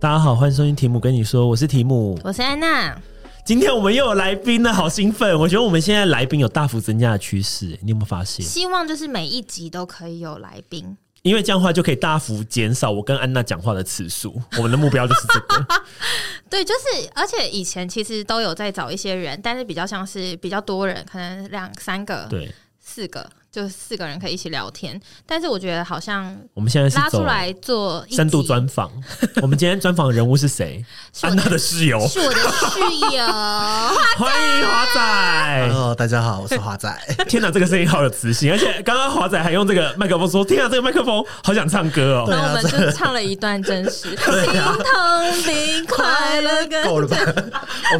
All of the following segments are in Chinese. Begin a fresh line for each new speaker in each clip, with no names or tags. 大家好，欢迎收听提姆跟你说，我是提姆。
我是安娜，
今天我们又有来宾了，好兴奋！我觉得我们现在来宾有大幅增加的趋势，你有没有发现？
希望就是每一集都可以有来宾。
因为这样的话就可以大幅减少我跟安娜讲话的次数。我们的目标就是这 个。
对，就是而且以前其实都有在找一些人，但是比较像是比较多人，可能两三个、
对，
四个，就四个人可以一起聊天。但是我觉得好像
我们现在是
拉
走
出来做一集
深度专访。我们今天专访的人物是谁？
是我
安
的
娜的室友。
是我的室 友。
欢迎华 仔！
Hello，大家哦好，我是华仔。
天哪，这个声音好有磁性，而且刚刚华仔还用这个麦克风说：“天哪，这个麦克风好想唱歌哦
然后我们就唱了一段真实，心 疼啊的快乐
啊够
跟
了吧？！”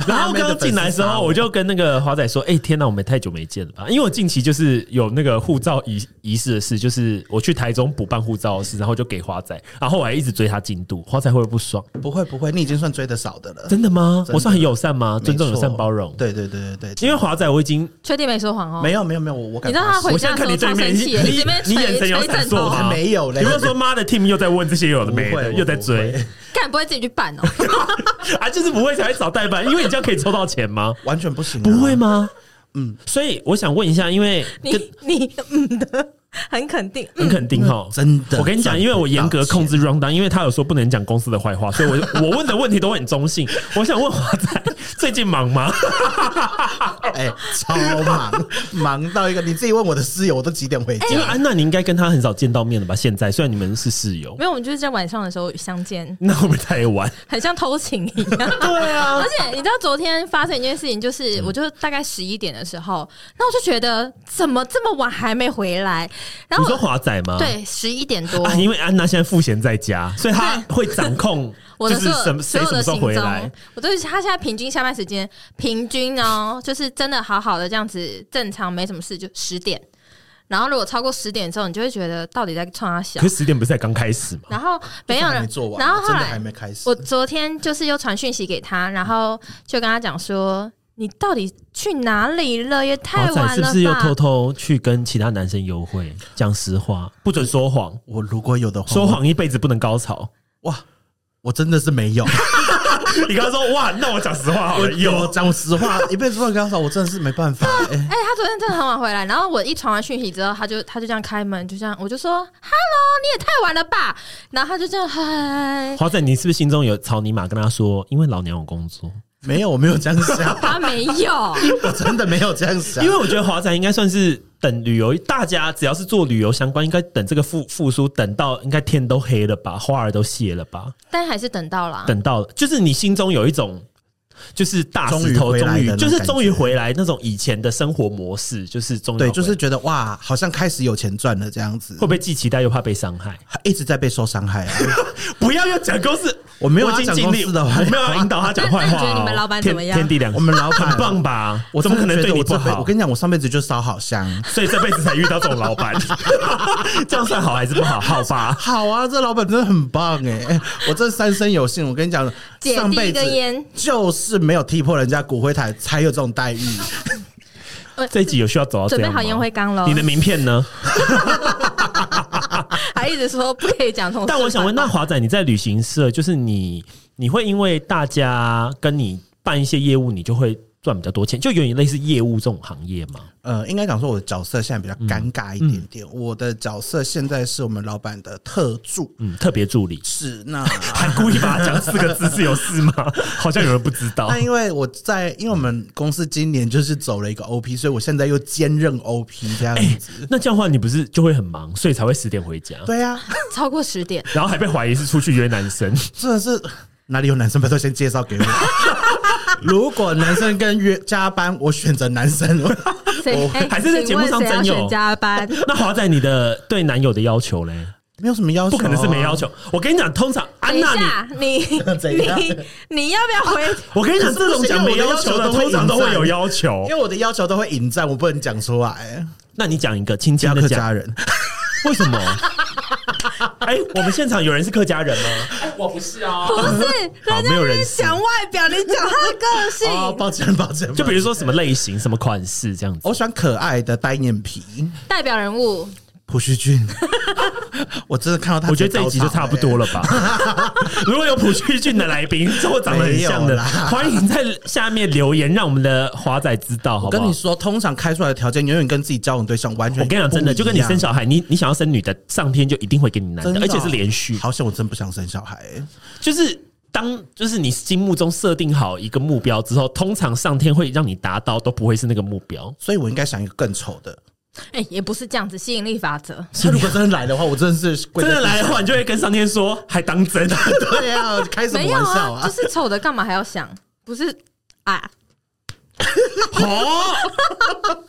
然后刚刚进来的时候，我就跟那个华仔说：“哎、天哪，我们太久没见了吧？因为我近期就是有那个护照遗遗失的事，就是我去台中补办护照的事，然后就给华仔，然后我还一直追他进度，华仔会不会不爽？
不会不会，你已经算追得少的了。
真的吗？
的
我算很友善吗？
没
尊重、友善、
错
包容。，
对对对对对，
因为华仔我已经，
确定没说谎哦。
没有没有没有，我我
你
敢
知道他
发誓，
回
我
家
现在
的时
看你
候超
对面，
生气耶，
你
这边
你眼神有
捶
闪
枕
烁
头，
吗？
哎没有嘞
你不要说妈的 team 又在问这些有的没
不会
的，又在追
我不会
干不会自己去办 哦。
啊，就是不会才会找代办，因为你这样可以抽到钱吗？
完全不行、啊，
不会？吗？嗯，所以我想问一下，因为跟
你你嗯的很肯定，嗯
很肯定哈、
真的
我跟你讲，
赚不到
因为我严格控制 round down，因为他有说不能讲公司的坏话，所以 我我问的问题都很中性。我想问华仔，最近忙吗？
哎、超忙， 忙到一个你自己问我的室友，我都几点回家？
因为安娜，哎你应该跟他很少见到面了吧？现在虽然你们是室友，
没有，我们就是在晚上的时候相见，
那我们太晚。
很像偷情一样。
对啊嗯
而，且你知道昨天发生一件事情，就是我就大概十一点的时候，那我就觉得怎么这么晚还没回来， 然
你
后
说华仔吗？。
对十一点多，
啊，因为安娜现在赋闲在家，所以她会掌控
我
就
的所
是
有
什么
所
谁
有
什么
的
时候
行
回来
踪。，我都是他现在平均下班时间，平均哦，就是真的好好的这样子，正常没什么事就十点。然后如果超过十点之后，你就会觉得到底在创他小
可。是十点不是才刚开始吗？
然后没有
还
人
没
啊
做完，
然后后
真的
来
还没开始。
我昨天就是又传讯息给他，然后就跟他讲说：“你到底去哪里了？也太
华仔
晚了吧！”
是不是又偷偷去跟其他男生约会？讲实话，不准说谎，
我如果有的话，
说谎一辈子不能高潮。
哇，我真的是没有。啊
你刚刚说哇，那我讲实话好了，
我
有
讲实话，一辈子放刚少，我真的是没办法。哎、
哎、他昨天真的很晚回来，然后我一传完讯息之后，他就他就这样开门，就这样，我就说：“Hello，你也太晚了吧！”然后他就这样嗨，
华仔，你是不是心中有草泥马跟他说？因为老娘有工作，
没有，我没有这样想，
他没有，
我真的没有这样想。
因为我觉得华仔应该算是等旅游，大家只要是做旅游相关，应该等这个复复苏，等到应该天都黑了吧，花儿都谢了吧，
啊
但还是等到了。
等到就是你心中有一种。就是大石头
终
终
于回来
于
的那种
就是
感觉
终于回来那种以前的生活模式，就是终于
对，
好回
就
来
是觉得哇，好像开始有钱赚了这样子
会，不会既期待又怕被伤害？
一直在被受 伤害啊。
不要又讲公司，
我没有
已经
要讲
尽力，
公司的话
我没有要引导他讲坏话、哦。
那那你觉得你们老板怎么样
天天地良心，
我们老板
很棒吧？
我
怎么可能
真的
对
觉得
你
我
不
这辈
好？
我跟你讲，我上辈子就烧好香。
所以这辈子才遇到这种老 板，这样算好还是不好？好吧，
好啊，这老板真的很棒哎、哎 我真三生有幸。我跟你讲，
姐
上
弟
辈
一
子
根烟
就是没有踢破人家骨灰台，才有这种 待遇。
我
这一集有需要走到这
准备
样吗哦
好烟灰缸喽
你，的名片呢？
还一直说不可以讲同事。
但我想问，那华仔你在旅行社，就是你你会因为大家跟你办一些业务，你就会赚比较多钱，就有点类似业务这种行业吗？
呃，应该讲说我的角色现在比较尴尬一点
嗯
点。我的角色现在是我们老板的特助，
嗯，特别助理。
是 那。
还故意把它讲四个字是有事 吗？好像有人不知道。
那因为我在，因为我们公司今年就是走了一个 OP，所以我现在又兼任 OP 这样子。
那这样的话，你不是就会很忙，所以才会十点回家，
对啊，
超过十点，
然后还被怀疑是出去约男 生。
真的是哪里有男生，拜托先介绍给我。 如果男生跟约加班，我选择男生。
谁
我还是在节目上真有
哎请问谁要选 加班？
那华仔，你的对男友的要求嘞？
没有什么要求、
不
啊
可能是没要。求。我跟你讲，通常
等
安
一
啊娜你，
下，你
怎样
你你要不要回？
我跟你讲，这种讲没要求的，通常都会有要求
因为。我的要求啊都会引战，我不能讲出来。
那你讲一个亲
不
亲
要
的
客
讲，
家人，
为什么？ 哎，我们现场有人是客家人吗？
我不是啊，
不是，
好
人
没有
家
人
是
是
讲外表，你讲他的个性。
哦，抱歉抱歉，
就比
如哦
如说什么类型、什么款式这样子。
我喜欢可爱的单眼皮，
代表人物
朴 叙俊，我真的看到他，
我觉得这一集就差不多。
欸
了吧。 如果有朴叙俊的来宾，跟我长得很像
没有
的，
啦
欢迎在下面留言，让我们的华仔知道，好
我
不
跟
好
你？说，通常开出来的条件永远跟自己交往对象完全
我跟你讲，真的，
不
就
一
跟你
样
生小孩，你你想要生女的，上天就一定会给你男
真
的，
的啊
而且是连续。
好像我真不想生小孩、欸
就是当就是你心目中设定好一个目标之后，通常上天会让你达到，都不会是那个目标。
所以我应该想一个更丑的。
哎、也不是这样子，吸引力法则。
他如果真的来的话，我真的是跪
真
在
的来的话，你就会跟上天 说，还当真。
地上。对啊，开什么
没有
玩笑
啊，
啊
就？是丑的干嘛还要想？不是啊，
哦，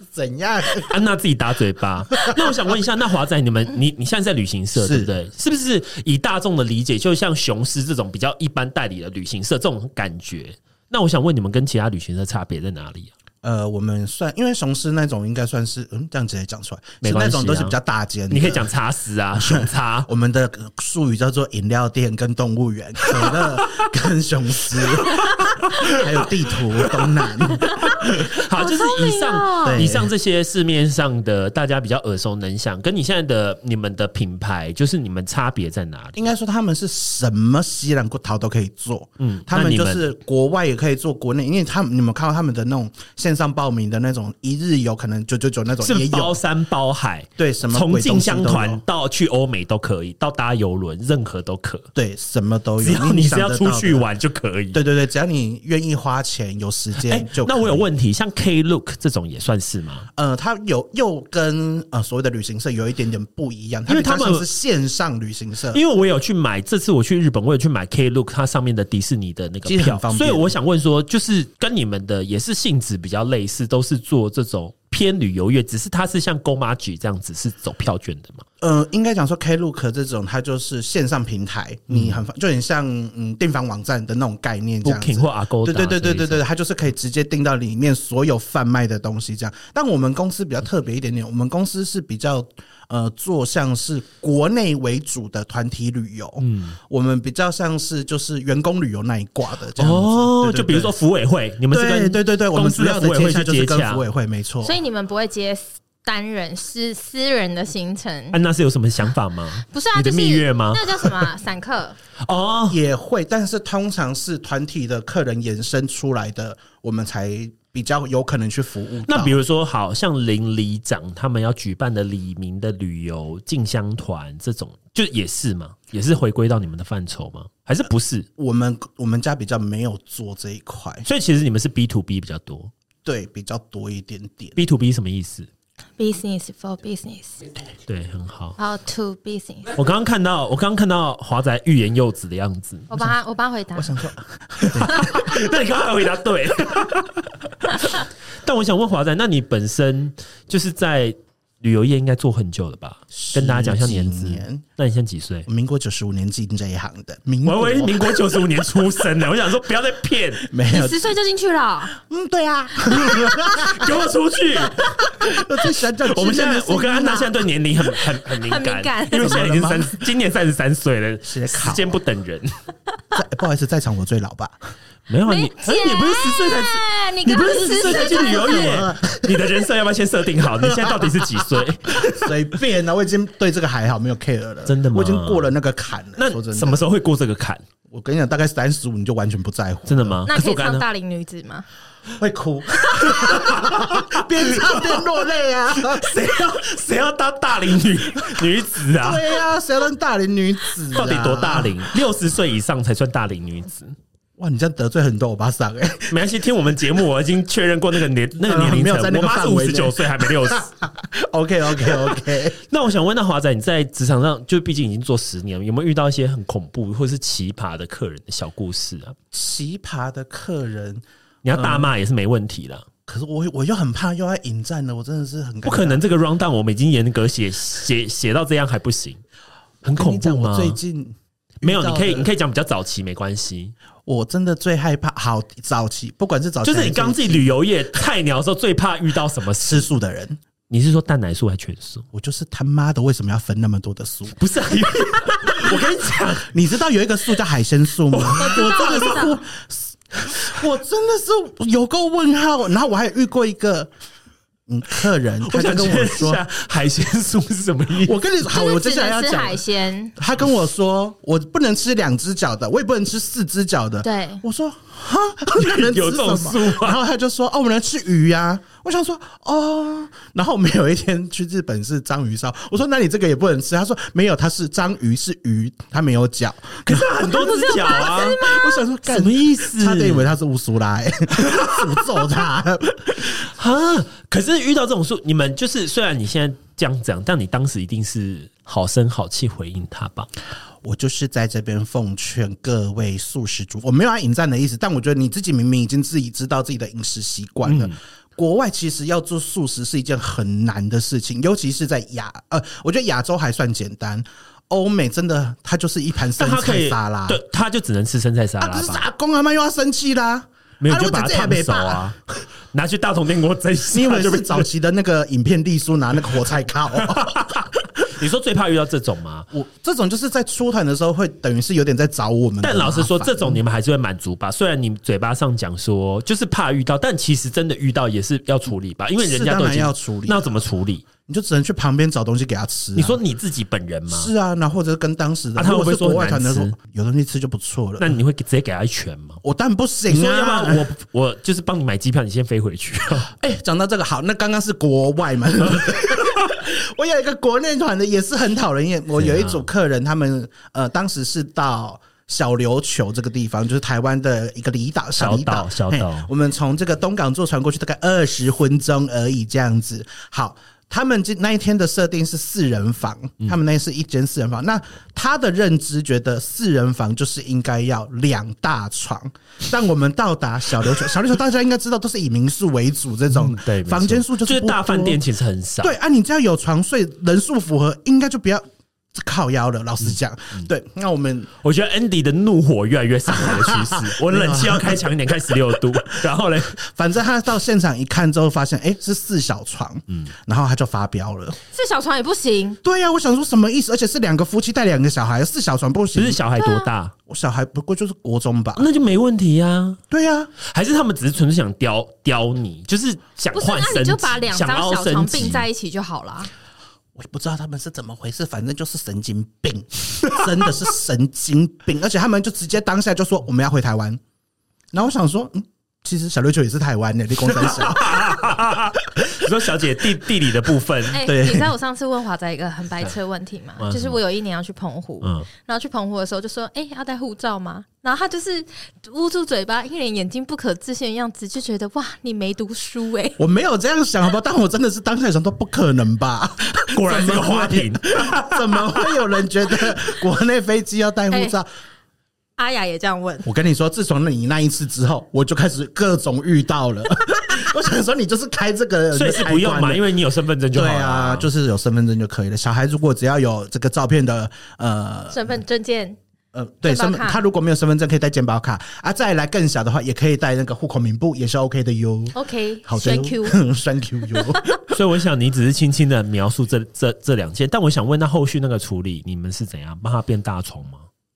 怎样？
安娜自己打嘴巴。那我想问一下，那华仔，你们你你现在在旅行社
是
对不对？是不是以大众的理解，就像雄狮这种比较一般代理的旅行社这种感觉？那我想问你们跟其他旅行社差别在哪里啊？
呃，我们算，因为雄狮那种应该算是，嗯，这样直接讲出来，
没
是
关系啊
那种都是比较大间的。。
你可以讲茶食啊，熊叉
我们的术语叫做饮料店跟动物 园，可乐跟雄狮， 还有地图东南。
好，就是以上、
对
以上这些市面上的大家比较耳熟能详，跟你现在的你们的品牌，就是你们差别在哪里？
应该说他们是什么西兰桃都可以做，嗯，他
那
们
你
就
们
是国外也可以做，国内，因为他们你们看到他们的那种线上报名的那种一日游，可能九九九那种
是
也
包
有，
山包海，
对，什么
从
鬼
进
东西
香
都
团
有，
到去欧美都可以，到搭游轮任何都可，
对，什么都有，
只要你是
想
要
得
出
到
去
的，
玩就可以。
对对对，只要你愿意花钱，有时
哎、
间就可以、
那我有问题，像 K Look 这种也算是吗？
呃，它有又跟呃所谓的旅行社有一点点不一样，它
因为
比较
他们
像是线上旅行 社，
因为我有去买，这次我去日本，我有去买 K Look 它上面的迪士尼的那个
其实
票
很，方
所
便
以我想问说，就是跟你们的也是性质比较类似，都是做这种偏旅游业，只是它是像 Go Magic 这样子是走票券的嘛？
呃，应该讲说 Klook 这种，它就是线上平台，你很方就很像嗯订房网站的那种概念这样子
Booking 或 Agoda
对对对对
这一
对对，它就是可以直接订到里面所有贩卖的东西这样。但我们公司比较特别一点点，我们公司是比较呃做像是国内为主的团体旅游，嗯，我们比较像是就是员工旅游那一挂的这样子。
哦，
对对
就比如
对
说服委会，你们是
对
跟
对对对，我
公
们
司
主要
的
的
服委
接
会
洽
去
就是
接
跟
洽
服。委会，没错。
所以你们不会接单人私私人的行程？
安娜啊是有什么想法吗？
不是啊，
你的
就是
蜜月吗
那叫什么啊、散客？
哦，
也会，但是通常是团体的客人延伸出来的，我们才比较有可能去服务到。
那比如说，好像林里长他们要举办的李明的旅游进香团这种，就也是吗？也是回归到你们的范畴吗？还是不是？
我们我们家比较没有做这一块，
所以其实你们是 B to B 比较多
对，比较多一点点。
，B to B 什么意思？
Business for business,
对，很好。
how to business。
我刚刚看到，我刚刚看到华仔欲言又止的样子。
我帮他，我帮他回答。
那你刚刚回答对。但我想问华仔，那你本身就是在旅游业应该做很久了吧？跟大家讲一下年
十
资
几年。
那你现在几岁？
民国九十五年进这一行的，民
我
国
还以为民国九十五年出生的，我想说不要再骗，
没
你
有，
十岁就进去了哦、
嗯，对啊，
给我出去！
我最喜欢这种
我们现在
稚嫩的声音啊
我跟安娜现在对年龄很很很敏
很
感，
敏感
因为现在已经三十，今年三十三岁了，
谁在考
时
啊
间不等人。
在哎不好意思，在场我最老 吧？
没有啊，
没
你哎，你不是十岁才去，
哎，你
你
刚
不
刚
是十岁才去旅游
就
业，你的人生要不要先设定好？你现在到底是几岁？
随便啊，我已经对这个还好，没有 care 了。
真的吗
我已经过了那个坎了。
那
说真的，
什么时候会过这个坎？
我跟你讲，大概三十五你就完全不在乎，
真的吗？
那
啊可是
可
我
以
跟安
唱
娜，
大龄女子吗？
会哭， 边唱边落泪 啊！
谁要谁要当大龄女女子啊？
对呀、谁要当大龄女子、啊
到底多大？龄？六十岁以上才算大龄女子。
哇，你这样得罪很多欧巴桑哎、
没关系，听我们节目，我已经确认过那个 年那个年龄
嗯没有在
层，
那
我
个
妈是
范
五
围
十
内
九岁，还没六 十。
OK OK OK，
那我想问，那华仔，你在职场上就毕竟已经做十年了，有没有遇到一些很恐怖或是奇葩的客人的小故事啊？
奇葩的客人，
你要大
嗯
骂也是没问题啦，
可是我我又很怕又要引战了，我真的是很尴尬
不可能这个 round down 我们已经严格写写写到这样还不行，很
跟
恐
哎你讲
怖
我
吗？
最近
没有，你可以你可
以，
以讲比较早期没关系，
我真的最害怕好早期，不管是早期
就是你刚
进
自己旅游业菜鸟的时候最怕遇到什么事？
吃素的人，
你是说蛋奶素还全素？
我就是他妈的为什么要分那么多的素？
不是、啊，因为 我跟你讲，
你知道有一个素叫海参素吗？我真的是我，我真的是有够问号。然后我还有遇过一个嗯客人，他
我
就
想
跟
确
我
认一
说，
下海鲜酥是什么意思？
我跟你好，我接
只
下来要
能吃
讲
海鲜，
他跟我说，我不能吃两只脚的，我也不能吃四只脚的。
对
我说哈，那能吃
有这种
什么
素吗
然后他就说，哦，我能吃鱼呀、我想说，哦，然后我们有一天去日本是章鱼烧，我说那你这个也不能吃。他说没有，它是章鱼是鱼，它没有脚。
可是很多只脚 啊，
我想说，干
什么意思？
差点以为他是乌苏拉、欸， 诅咒他。
哈，可是遇到这种事，你们就是虽然你现在这样讲，但你当时一定是好声好气回应他吧？
我就是在这边奉劝各位素食主，我没有要引战的意思，但我觉得你自己明明已经自己知道自己的饮食习惯
嗯
了。国外其实要做素食是一件很难的事情，尤其是在亚呃，我觉得亚洲还算简单，欧美真的它就是一盘生
但他可
菜
以
沙拉。
对，他就只能吃生菜沙
啊，
拉
可是
吧？
阿公阿妈又要生气啦，
没有
啊
就
我
把它
姐姐也
烫
没
熟
办法
啊， 拿去大同电锅蒸一下
你以为
就被
是早期的那个影片丽叔拿那个火柴烤？
你说最怕遇到这种吗？
我这种就是在出团的时候会等于是有点在找我们的麻
但
烦。
老实说，这种你们还是会满足吧？虽然你嘴巴上讲说就是怕遇到，但其实真的遇到也是要处理吧，因为人
是
家
当
都已
然
经
要处理啊
那要怎么处理？
你就只能去旁边找东西给他吃啊、
你说你自己本人吗？
是啊，然后或者是跟当时的，
啊他会
如
不
果
会
是
说
国外团
很
的
难
时候
吃，
有东西吃就不错了。
那你会直接给他一拳吗？
我当然不
你
行
说要不
啊！
要我我就是帮你买机票，你先飞回 去。
哎，讲、到这个好，那刚刚是国 外嘛，对不对我有一个国内团的也是很讨人厌。我有一组客人，他
啊
们呃当时是到小琉球这个地方，就是台湾的一个离岛
小
离岛
岛小岛
嘿我们从这个东港坐船过去大概二十分钟而已，这样子。好。他们今那一天的设定是四人房，他们那是一间四人房。那他的认知觉得四人房就是应该要两大床，但我们到达小琉球，小琉球大家应该知道都是以民宿为主这种，
嗯对，没错
房间数
就是
是不
大饭
多
店其实很少。
对啊，你只要有床睡，人数符合，应该就不要靠腰了。老实讲，
嗯
对，那我们
我觉得 Andy 的怒火越来越上来的趋
啊
势。我冷气要开强一点，开十六度。然后嘞，
反正他到现场一看之后，发现哎、诶是四小床，嗯，然后他就发飙了。
这小床也不行，
对呀、我想说什么意思？而且是两个夫妻带两个小孩，四小床不嗯
只是
行。
小孩多大，
我小孩不过就是国中吧？
那就没问题啊。
对呀、
还是他们只是纯粹想刁刁你，就是想
不是？
换
那
升
你
级
就把，两
想
张
要
小床
升
并
级。
在一起就好了。啊
我不知道他们是怎么回事，反正就是神经病， 真的是神经病。而且他们就直接当下就说我们要回台湾，然后我想说，嗯，其实小琉球也是台湾的、立功三 小。
你说小姐地地理的部分，
哎、
对
你知道我上次问华仔一个很白痴的问题吗？
嗯
就是我有一年要去澎湖，
嗯，
然后去澎湖的时候就说：“哎、要带护照吗？”然后他就是捂住嘴巴，一脸眼睛不可置信的样子，就觉得哇，你没读书哎、
我没有这样想，好不好？但我真的是当下想说，不可能 吧？
果然是个花 瓶。
怎么会有人觉得国内飞机要带护照？
阿雅也这样问，
我跟你说，自从你那一次之后，我就开始各种遇到了。 我想说，你就是开这个
所以是不用嘛，因
为。
为你有身份证就好
对
了。
啊，就是有身份证就可以了。小孩如果只要有这个照片的，呃
身份证件
呃，对，
健
身
保
份
卡
他如果没有身份证，可以带健保卡啊。再来更小的话，也可以带那个户口名簿，也是 OK 的哟。
OK，
好的哟
，Thank you。
，Thank you 哟。
所以我想，你只是轻轻的描述这这这两件，但我想问，那后续那个处理，你们是怎样帮他变大床吗？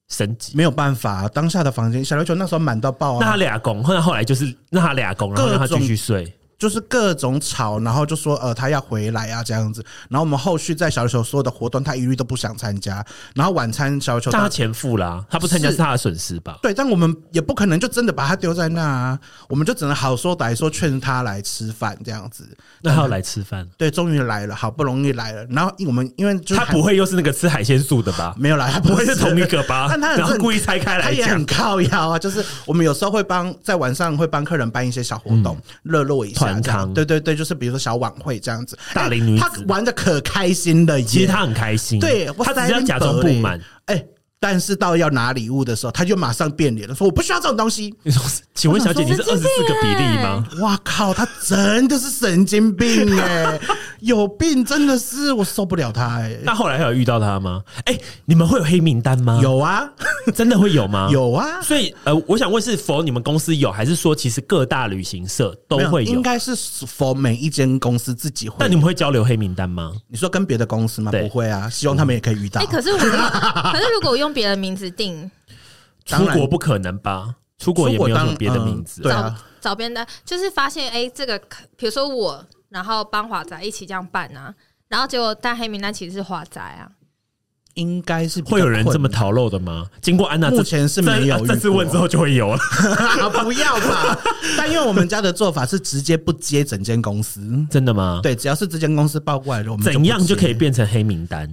升级？
没有办法，当下的房间，小琉球那时候满到爆啊。
那他俩拱，后来后来就是让他俩拱，然后让他继续睡。
就是各种吵，然后就说呃他要回来啊这样子，然后我们后续在小琉球所有的活动他一律都不想参加，然后晚餐小琉球
但
大
他钱付啦、他不参加
是
是他的损失吧？
对，但我们也不可能就真的把他丢在那啊，我们就只能好说歹说劝他来吃饭这样子。
那他要来吃饭，
对，终于来了，好不容易来了，然后因我们因为就是
他不会又是那个吃海鲜素的吧？
没有啦，他
不会是同一个吧？
但他很
然后
正
故意拆开
他
来
也很
讲，
靠腰啊，就是我们有时候会帮在晚上会帮客人办一些小活动，热络一
嗯
下
团
这样。
康
对对对，就是比如说小晚会这样子。
大龄女
哎
子
他玩的可开心了耶，
其实他很开心，
对我
他只是
塞
要
林
假装
伯
不
嘞
满。
哎、但是到要拿礼物的时候，他就马上变脸了，说我不需要这种东西。
你说，请问小姐，你是
神
二
经
十四个比例吗？
哇靠，他真的是神经病哎、 有病真的是我受不了他哎、
那后来还有遇到他吗？哎、你们会有黑名单吗？，
有啊，
真的会有吗？。
有啊，
所以呃，我想问是否你们公司有，还是说其实各大旅行社都
没有
会
应
有？
该是 for 每一间公司自己会
但你。们会交流黑名单吗？
你说跟别的公司吗？
对
不会啊，希望他们也可以遇到。
哎、可是我，可是如果我用别的名字订，
出
当然
国不可能吧？出国也
出国
没有什
当
么别的
嗯
名字。
对
找、
啊
找别人的，就是发现哎、这个可，比如说我然后帮华仔一起这样办啊。然后结果但黑名单其实是华仔啊，
应该是比较
会有人这么
困
逃漏的吗？经过安娜这
目前是没有
这这次
遇过
问之后就会有了。
难啊， 不要 吧？但因为我们家的做法是直接不接整间公司，
真的吗？
对，只要是这间公司报过来的，我们
怎样就
就不接
可以变成黑名单？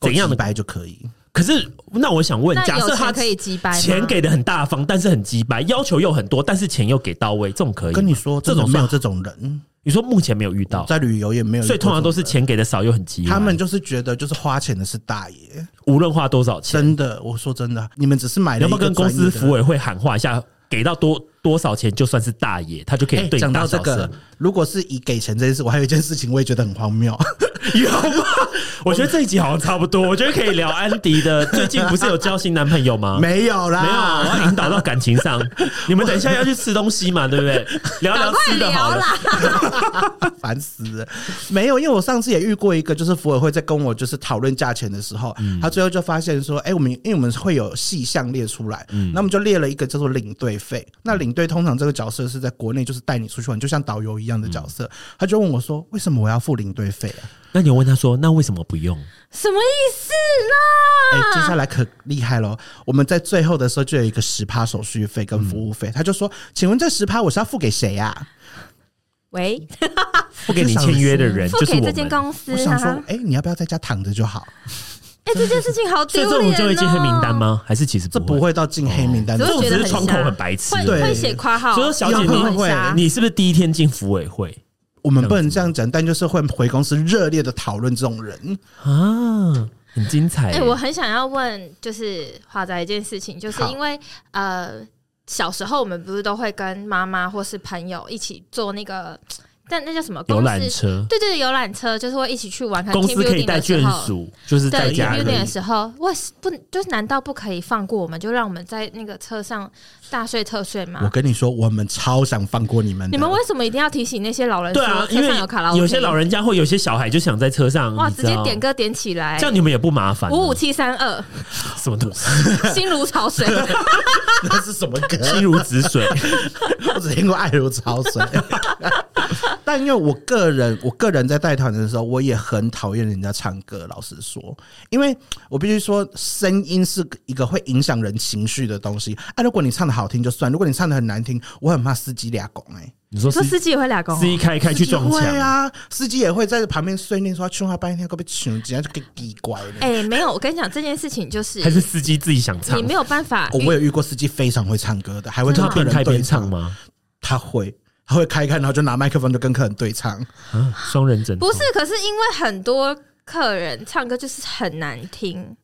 够
怎样的
几百就可以？
可是那我想问，
那
假
有
设他
钱可以击败吗
钱给的很大方，但是很鸡白，要求又很多，但是钱又给到位，这种可以吗？
跟你说，
这
这种
种
没有
算
这种人，
你说目前没有遇到，
在旅游也没有遇过这种人，
所以通常都是钱给的少又很鸡白。
他们就是觉得就是花钱的是大爷，
无论花多少钱，
真的，我说真的，你们只是买
你要
了一
不
个
要跟公司
专业的
服委会喊话一下，给到多多少钱就算是大爷，他就可以
哎
对
讲
你大
到这
小声。
个，如果是以给钱这件事，我还有一件事情，我也觉得很荒谬。
有吗？我觉得这一集好像差不多，我觉得可以聊安迪的。最近不是有交新男朋友吗？
没有啊啦，
啊没有，啊我要引导到感情上。你们等一下要去吃东西嘛，对不对？聊
赶
聊
快
吃的好了。
聊啦！
烦死了！没有，因为我上次也遇过一个，就是服委会在跟我就是讨论价钱的时候，
嗯
他最后就发现说，哎、我们因为我们会有细项列出来，
嗯
那我们就列了一个叫做领队费。那领队通常这个角色是在国内就是带你出去玩，就像导游一样的角
嗯
色。他就问我说，为什么我要付领队费啊？
那你有问他说，那为什么不用？
什么意思
哎、
啦？
接下来可厉害喽！我们在最后的时候就有一个十趴手续费跟服务费，
嗯
他就说：“请问这十趴我是要付给谁呀、啊
喂，
不给你签约的人
付
哎就是
给
我
这间
们。
公？”司
我想
啊
说，！哎、你要不要在家躺着就好？
哎，这件事情好
所以
丢
这
脸哦。
种就会进黑名单吗？还是其实
这不
会？
会到进黑名单，
只
这种
会啊觉得
只是窗口
瞎
很白痴
会啊
对
会写括号，
所以说小姐
窗口
你
很
会
瞎
你是不是第一天进服委会
我们不能这样讲，但就是会回公司热烈的讨论这种人。
啊？很精彩
哎、
欸、
我很想要问，就是华仔一件事情，就是
好
因为呃，小时候我们不是都会跟妈妈或是朋友一起坐那个，但那叫什么
游
公
览
司？
车，
对对，游览车就是会一起去玩，能
公司
team
可以
building
带
的时
眷
候
属，就是
对
在
team
家
building
里
的。时候，我是不就是难道不可以放过我们，就让我们在那个车上大睡特睡
啊
我
吗？
跟你说，我们超想放过你们的。
你们 为什么一定要提醒那些老人
对
说
啊，因
车
为
上有卡拉 OK？
有些老人家或有些小孩就想在车上，
哇，
你知
直接
道
点，歌点起来
这，样你们也不麻烦啊。
五五七三 二，
什么东西，
心如潮水。
那是什么歌？
心如止水。
我只听过《爱如潮 水》，但因为我个人，我个人在带团的时候，我也很讨厌人家唱歌。老实说，因为我必须说，声音是一个会影响人情绪的东西。啊，如果你唱的好听就算，如果你唱的很难听，我很怕司机俩拱哎。
你说
你说
司
司机也会俩公哦
司？一开开去撞
司机会
墙，
啊！司机也会在旁边碎念说：“去他半天，会被抢，人家就给逼乖了。
哎、没有，我跟你讲这件事情就是，
还是司机自己想唱
你？没有办法
哦
预，
我有遇过司机非常会唱歌的，还会
嗯他
跟客
边
人
开
对
边唱？吗？
他会，他会开开，然后就拿麦克风就跟客人对唱。
啊，双人枕头
不是，可是因为很多客人唱歌就是很难听。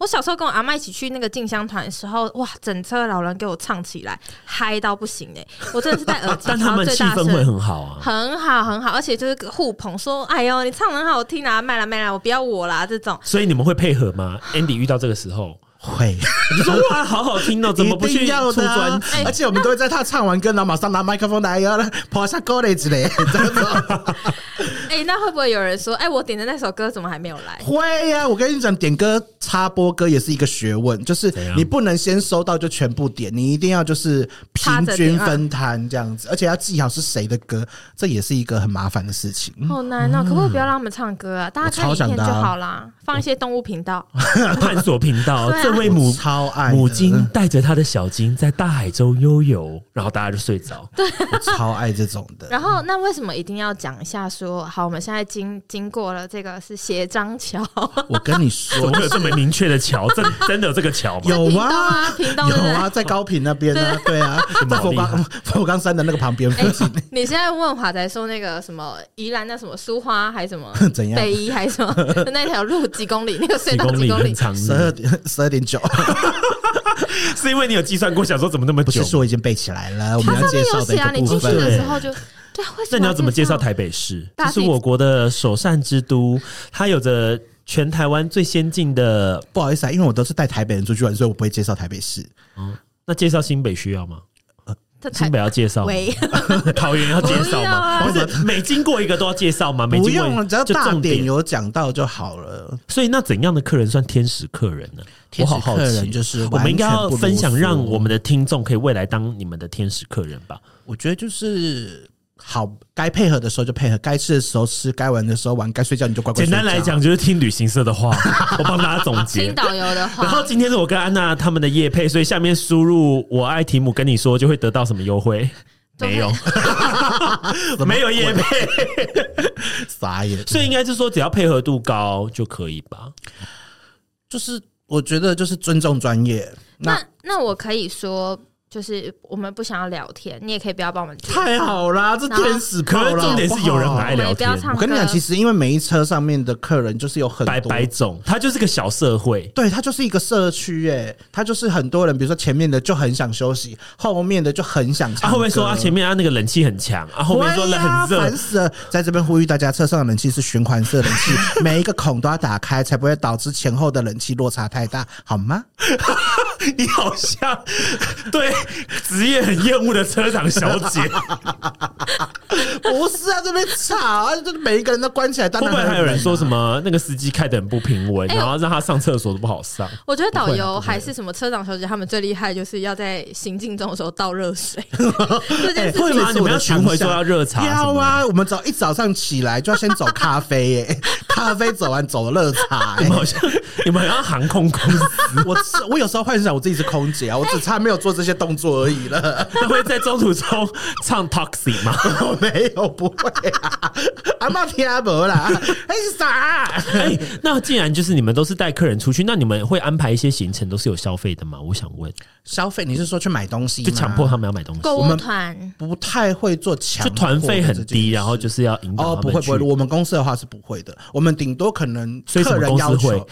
我小时候跟我阿妈一起去那个进香团的时候，哇，整车老人给我唱起来，嗨到不行哎、我真的是戴耳机，
但他们
然后
气
最大
氛会
声。
很好啊。
很好，很好，而且就是互捧说：“哎呦，你唱得很好听啊，卖啦卖啦，我不要我啦。”这种
所以你们会配合吗？Andy 遇到这个时候，
会，
你说哇，好好听哦，怎么不
一定
去
要
出
的啊
专辑？
而且我们都会在他唱完歌，然后马上拿麦克风来，然后跑下沟里之 类，这样子
哎、那会不会有人说：“哎、我点的那首歌怎么还没有来
会呀、我跟你讲，点歌插播歌也是一个学问，就是
怎样
你不能先收到就全部点，你一定要就是平
趴着
均
点啊
分摊这样子，而且要记好是谁的歌，这也是一个很麻烦的事情。？”
好难哦、可不可以不要让他们唱歌啊？大
我
家看
超
影
想
片
的
就
啊
好啦，放一些动物频道。
探索频道，
对啊
这位母
我 超爱的
母鲸带着它的小鲸在大海中悠游，然后大家就睡着。
我超爱这种 的。
然后，那为什么一定要讲一下说好？我们现在经经过了这个是斜张桥，
我跟你
怎
说
么，会有这么明确的桥？真真的有这 个桥吗？
有啊，
在屏东啊屏东对不
有
对
啊，在高平那边啊，对啊，在佛
好厉
冈佛冈山的那个旁边附近，
你现在问华仔说那个什么宜兰那什么苏花还是什么
怎样
北宜还是什么那条路几公里，那个隧
几
道
公
几
里
公
很
里？
长，
十二点十二点九，
是因为你有计算过，想说怎么那么
不
久
是？说已经背起来了，我
它
们要
上
介
面有
绍
写
的一
啊，
个
你
部
进去的
分。
时候就对啊，为什
那你要怎么介绍
它？
台北市？
大
这
地
是我国的首善之都，它有着全台湾最先进的。
不好意思啊，因为我都是带台北人出去玩，所以我不会介绍台北市。
那介绍新北需要吗？
这台
新北要啊介绍吗，
喂，
桃园要介绍
不要
吗？
啊
不是每经过一个都要介绍吗？每
不
经过
用了，
一
只要
就
大
重
点
点。
有讲到就好了。
所以那怎样的客人算天使客人呢？我
天使
好好
客
奇，
人就是
我们应该
完全
要
不
分享，
啰嗦
让我们的听众可以未来当你们的天使客人吧。
我觉得就是好，该配合的时候就配合，该吃的时候吃，该玩的时候玩，该睡觉你就乖乖。
简单来，讲，就是听旅行社的话，我帮大家总 结
听。导游的
然后
话，
今天是我跟安娜他们的夜配，所以下面输入“我爱提姆”，跟你说就会得到什么优惠？
都会
没有，没有夜配，
傻眼。
所以应该是说只要配合度高就可以吧？
就是我觉得就是尊重专业。那
那那我可以说，就是我们不想要聊天，你也可以不要帮我们做。
太好啦，这
然后
天使
可
炮
是
啦
重点是有人很爱
我们
聊
也不要
天，
唱
我
歌。
跟你讲，其实因为每一车上面的客人就是有很
百
多
百种，它就是个小社会。
对，它就是一个社区，哎，它就是很多人，比如说前面的就很想休息，后面的就很想
他、啊、
唱歌。
会不会说啊，前面啊那个冷气很强，啊后面说冷很
对
热
呀烦，死了！在这边呼吁大家，车上的冷气是循环式冷气，每一个孔都要打开，才不会导致前后的冷气落差太大，好吗？
你好像 对职业很厌恶的车长小 姐，
不是啊，这边吵啊，就是每一个人都关起来。当
会
然
不会还有人说什
么？
么那个司机开的很不平稳，
哎呦
然后让他上厕所都不好上？
我觉得导
不会啊不
游
会
还是什么车长小姐，他们最厉害就是要在行进中的时候倒热 水，这
哎
件事
会
情
吗？你们要巡回说要热茶？
要啊！我们早一早上起来就要先走咖啡耶、 咖啡走完走热茶、
什么的！你们。好像你
欸
们好像航空公司，
我是我有时候幻想我自己是空姐啊，我只差没有做这些动作而已了。
那会在中途中唱 Toxic 吗？
我没有，不会啊！阿妈听阿伯啦，哎啥、
哎，那既然就是你们都是带客人出去，那你们会安排一些行程都是有消费的吗？我想问，
消费，你是说去买东西吗，
就强迫他们要买东西，
购物
我们
团。
不太会做强
就
迫
团费
的
很
这件
低，
事
然后就是要引导
哦，
他
不
们
会
去
不会，我们公司的话是不会的，我们顶多可能
所以什
客
么
人
公司
要
会
求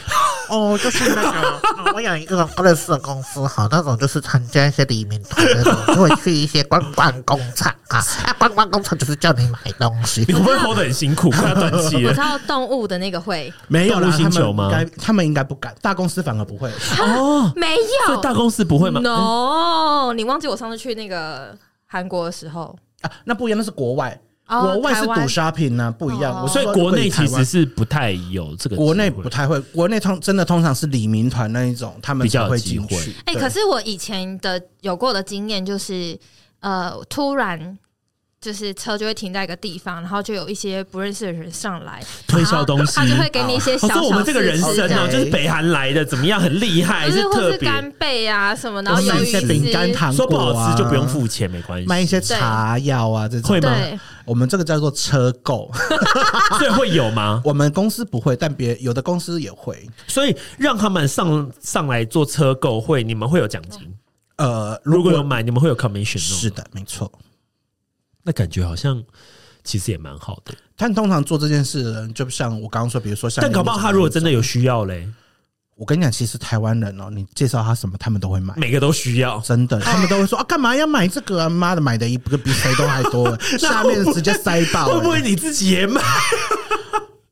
哦，就是那个，呃我有一个认识的公司哈，那种就是参加一些黎明团那种，就会去一些观光工厂啊，啊，观光工厂就是叫你买东西
你。会不会 hold 得很 辛苦？快要断气
我
了
知。道动物的那个会
没有啦，
动物星
他们
球吗
应该他们应该不敢，大公司反而不会。
哦，
没
所以
有
大公司不会吗？
？No，你忘记我上次去那个韩国的时候，
啊，那不一样，那是国外，
哦
国外是
台
赌
湾
shopping 啊，不一样。
哦
嗯
我
所以
说
国内其实
如果以台湾
是不太有这个机会，
国内不太会，国内通真的通常是李民团那一种，他们
比较
才会
有机
进
会
去。
哎、
对
可是我以前的有过的经验就是，呃，突然就是车就会停在一个地方，然后就有一些不认识的人上来
推销东西
然后他就会给你一些
我
小小、
说
哦、
我们这个人生哦，
OK
就是北韩来的，怎么样，很厉害，
不哎是或
特
是
别。
干贝啊什么，然后
我
鱿
买
鱼
一些
丝
饼干、糖果、
说
啊，
不好吃就不用，付钱，没关系。
卖一些茶药啊这种。
会吗
对，
我们这个叫做车购，
所以会有吗？
我们公司不会，但别有的公司也会。
所以让他们上上来做车购会，你们会有奖金。
呃，
如果有买，你们会有 commission 哦。
是，的，没错。
那感觉好像其实也蛮好的。
但通常做这件事的人，就像我刚刚说，比如说像，
但搞不好他如果真的有，需要嘞，
我跟你讲，其实台湾人哦，你介绍他什么，他们都会买。
每个都需要。
真的，他们都会说啊，干嘛要买这个啊？妈的，买的一个比谁都还 多，下面直接塞爆、
会不会
哎
你自己也 买？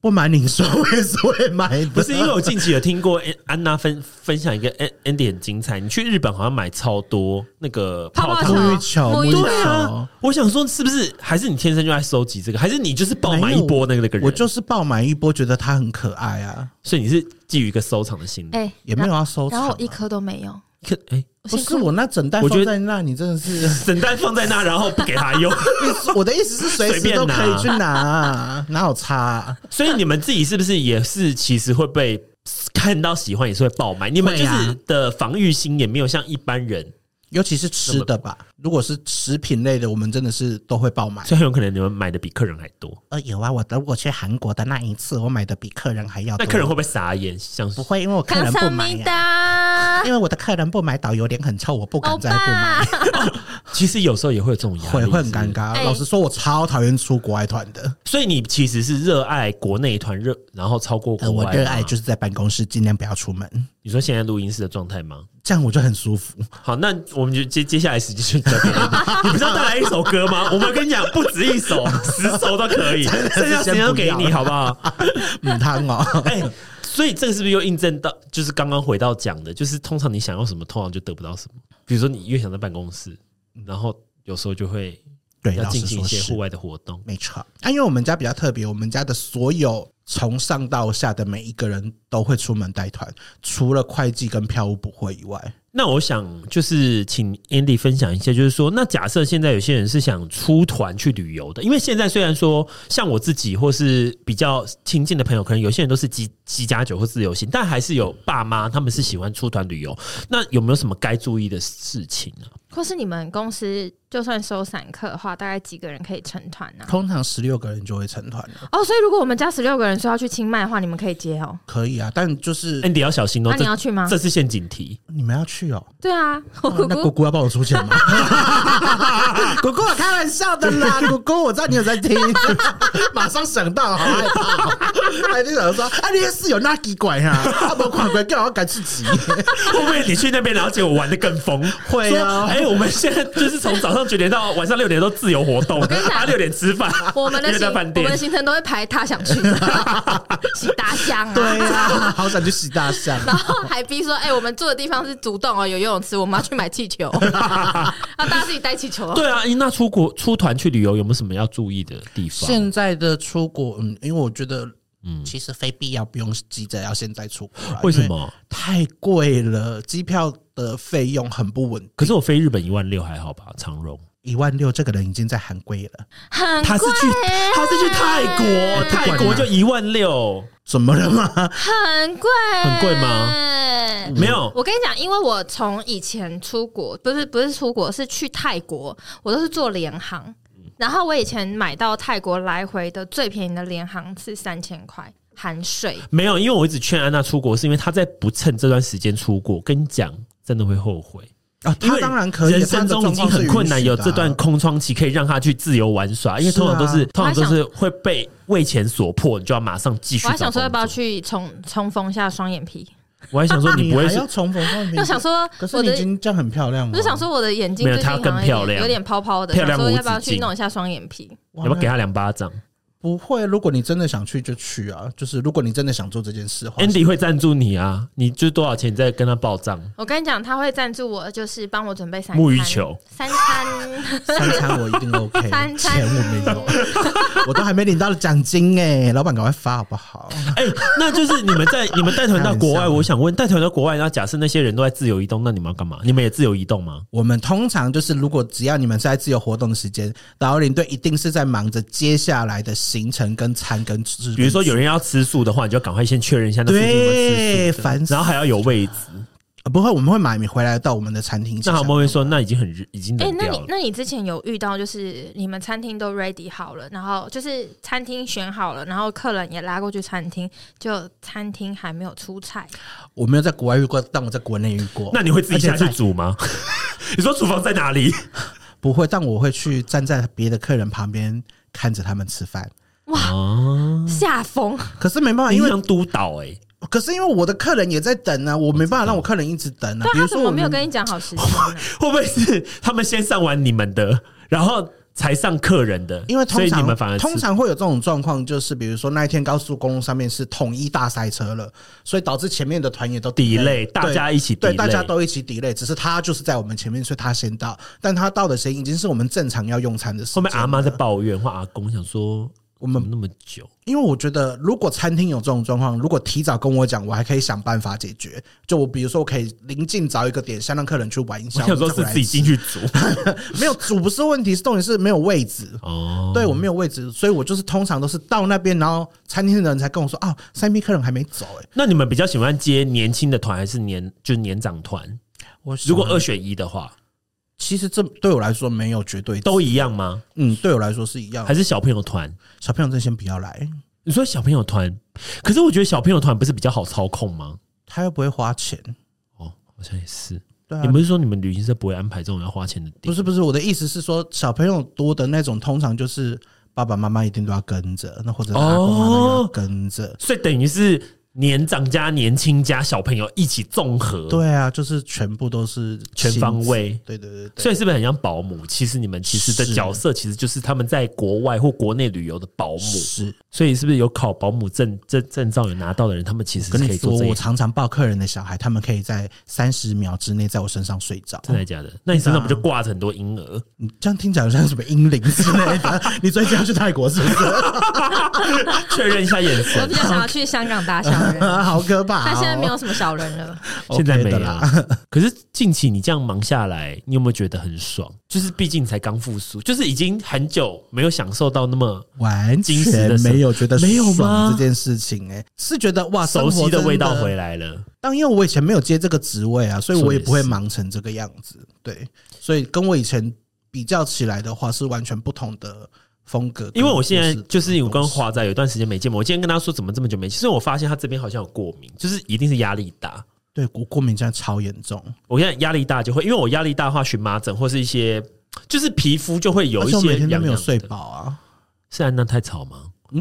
不瞒你说，我也是会买的。
不是，因为我近期有听过安安娜分分享一个 An- Andy 很精彩，你去日本好像买超多那个
泡
泡
泡
汤
球、
沐浴球
沐
沐浴
对
浴球，
啊，我想说是不是还是你天生就爱收集这个，还是你就是爆买
没
一
有
波那个那个人？
我就是爆买一波，觉得它很可爱啊，
所以你是基于一个收藏的心理。
哎、
也没有要收
然
藏、
后
啊
我。一颗都没有，
可哎，
不
辛
是
苦
我那整袋
我觉得
放在那，你真的是，
整袋放在那，然后不给他用。
我的意思是随
随便
时都可以
拿
去拿啊，哪有差啊、
所以你们自己是不是也是其实会被看到喜欢也是会爆买？你们就
会
是
啊
的防御心也没有像一般人，
尤其是吃的吧，如果是食品类的，我们真的是都会爆买。
所以很有可能你们买的比客人还多。
呃，有啊，我如果去韩国的那一次，我买的比客人还要多。
那客人会不会傻眼？像是
不会？因为我客人不买
米
呀、
达
因为我的客人不买，导游脸很臭，我不
欧
敢再不买
巴，，
其实有时候也会有这种压
会
力，
会很
是不是
尴尬。
哎
老实说，我超讨厌出国外团的。
所以你其实是热爱国内团热，然后超过
呃，
国外
我
吗。
热爱就是在办公室尽量不要出门，
你说现在录音室的状态吗？
这样我就很舒服。
好，那我们就接接下来时间就交给 你。你不是要带来一首歌吗？我们跟你讲，不止一首，十首都可 以，剩下时间都给你，好不好？
母汤哦，
哎、所以这个是不是又印证到，就是刚刚回到讲的，就是通常你想要什么，通常就得不到什么。比如说你越想在办公室，然后有时候就会
对，
要
老
进
实
行一
说
些
是
户，外的活动。
没错。啊，因为我们家比较特别，我们家的所有从上到下的每一个人都会出门带团，除了会计跟票务不会以外。
那我想就是请 Andy 分享一下，就是说，那假设现在有些人是想出团去旅游的，因为现在虽然说像我自己或是比较亲近的朋友，可能有些人都是机机加酒或自由行，但还是有爸妈他们是喜欢出团旅游。那有没有什么该注意的事情 呢、
或是你们公司就算收散客的话，大概几个人可以成团呢、
通常十六个人就会成团了，
哦，所以如果我们家十六个人说要去清迈的话，你们可以接哦。
可以啊，但就是
a n d y 要小心哦、
那你要去吗
这？这是陷阱题。
你们要去哦，
对啊，我姑
那姑
姑
姑要帮我出 钱吗？姑姑，我开玩笑的 啦，姑姑，我知道你有在听， 马上想到，好害怕哦，他就 想说，啊，你的室友那几拐啊，他们管管干嘛赶自己？
会不会你去那边，了解我玩的更 疯？
会啊
说哎、我们现在就是从早上九点到晚上六点都自由活动，
跟你讲
啊，六点吃饭，
我们的
约
行
在
我
饭
们
店
的行程都会排他想去的， 喜达香啊，
对啊， 好想去洗大象。
然后还逼说，哎、我们住的地方是主动哦，有游泳池，我们要去买 气球，啊，大家自己带气球哦。
对啊，诶那出国出团去旅游有没有什么要注意的地方？
现在的出国，嗯，因为我觉得，嗯，其实非必要不用急着要现在出国啦
为什？
因
么？
太贵了，机票的费用很不稳定。
可是我飞日本一万六还好吧？长荣
一万六，这个人已经在韩归了，
很欸
他是去他是去泰国，
哎不管
泰国就一万六，
怎么了吗？
很贵，
很贵吗？
嗯
没有
我跟你讲，因为我从以前出国，不是不是出国，是去泰国，我都是坐联航。
嗯
然后我以前买到泰国来回的最便宜的联航是三千块含税，
没有，因为我一直劝安娜出国，是因为她在不趁这段时间出国，跟你讲真的会后悔。
啊，
因
他
为
当然可以，
人生中已经很困难，有这段
他的状况是允许的啊
空窗期可以让他去自由玩耍，因为通常都
啊
是、
是
通常都是会被为钱所迫，你就要马上继续。
我还想说要不要？去冲冲锋一下双眼皮，
我还想说你
你
不会
还
是
要重逢
嗯
后面，
又想说
可是
我
你
的
已经这样很漂亮了。啊
我就想，说我的眼睛
没有
最近
她
好
更
像有
漂
点
亮
有点泡泡的，
漂亮
想说
无
要不要
止
去
境
弄一下双眼皮？
啊
要不要给他两巴掌
不会，如果你真的想去就去啊，就是如果你真的想做这件事的话，
？Andy 会赞助你啊，你就多少钱你再跟他报账。
我跟你讲，他会赞助我，就是帮我准备三餐
沐浴球、
三餐
三餐我一定 OK，
三餐
钱我没有， 我都还没领到奖金哎，老板赶快发好不 好？
哎、那就是你们 在你们带团到国
开玩
外，
笑
我想问，带团到国外，然后假设那些人都在自由移动，那你们要干嘛？你们也自由移动吗？
我们通常就是，如果只要你们是在自由活动的时间，导游领队一定是在忙着接下来的行程跟餐跟吃。
比如说有人要吃素的话，你就赶快先确认一下那附近有没有
对，
吃素的，
烦死
然后还要有位置。
呃不会，我们会买回来到我们的餐厅吃。
那他们会说，那已经很已经
哎、
冷
那
掉
你
了。
那你之前有遇到就是你们餐厅都 ready 好了，然后就是餐厅选好了，然后客人也拉过去餐厅，就餐厅还没有出菜，
我没有在国外遇过，但我在国内遇过。
那你会自己下去
而且在
煮 吗？你说厨房在哪里？
不会，但我会去站在别的客人旁边看着他们吃饭。嗯
下风。
可是没办法，
你
因为
想督导哎、
可是因为我的客人也在等啊，我没办法让我客人一直等啊。比
但
如
他怎
说
么
我
没有
们
跟你讲好时 间呢？
会不会是他们先上完你们的，然后才上客人的？
因为通
所以
常
你们反而吃
通常会有这种状况，就是比如说那一天高速公路上面是统一大塞车了，所以导致前面的团也都
delay，大家一起
对
delay
大家都一起 delay，只是他就是在我们前面，所以他先到，但他到的时间已经是我们正常要用餐的时
后
间了。
面阿妈在抱怨或阿公想说，
我们
怎么那么久，
因为我觉得，如果餐厅有这种状况，如果提早跟我讲，我还可以想办法解决。就我比如说，我可以临近找一个点，先让客人去玩一
我
下。
想说是自己进去 煮
我们再回来吃，没有煮不是问题，是重点是没有位置。
哦。
对我没有位置，所以我就是通常都是到那边，然后餐厅的人才跟我说，哦，三批客人还没走、欸，
那你们比较喜欢接年轻的团还是年就是年长团？
我
如果二选一的话，
其实这对我来说没有绝对，
都一样吗？
嗯，对我来说是一样
还。是小朋友团？
小朋友，真的先不要来，
你说小朋友团，可是我觉得小朋友团不是比较好操控吗？
他又不会花钱。
哦，好像也是。
对
你
啊，
们是说你们旅行社不会安排这种要花钱的
不
点？
是不是，我的意思是说，小朋友多的那种，通常就是爸爸妈妈一定都要跟着，那或者是阿公阿妈要跟着。
所以等于是年长加年轻加小朋友一起综合，，
对啊，就是全部都是
全方
亲子。
位。
对对对对，
所以是不是很像保姆？其实你们其实的
是
角色其实就是他们在国外或国内旅游的保姆。
是
所以是不是有考保姆证证证照有拿到的人，他们其实是
跟
可
你
以
说，
做这一
我
行，
常常抱客人的小孩，他们可以在三十秒之内在我身上睡着。
真的假的？那你身上不就挂着很多婴儿？
你这样听起来好像什么英灵之 类的。你最近要去泰国是不是？啊
确认一下眼
我
神
比。较想要去香港打小人，
好可怕、哦！
但现在没有什么小人 了。
现在
OK
没
的
有
啦。
可是近期你这样忙下来，你有没有觉得很爽？就是毕竟才刚复苏，就是已经很久没有享受到那么
完
惊喜的
全
时候
没有觉得
没有吗
爽这件事情、欸，哎，是觉得哇，
熟悉
生活真
的
的
味道回。来了。
但因为我以前没有接这个职位啊，所以我也不
说也
会
是
忙成这个样子。对，所以跟我以前比较起来的话，是完全不同的风格跟故事。
因为我现在就是我跟
东西
华仔有段时间没见嘛，我今天跟他说怎么这么久没见，所以我发现他这边好像有过敏，就是一定是压力大。
对我过敏现在超严重，
我现在压力大就会，因为我压力大的话，荨麻疹或是一些就是皮肤就会有
而
一
且我
些
每天都
痒
没有
痒
睡
的。
饱啊，
是安娜太吵吗？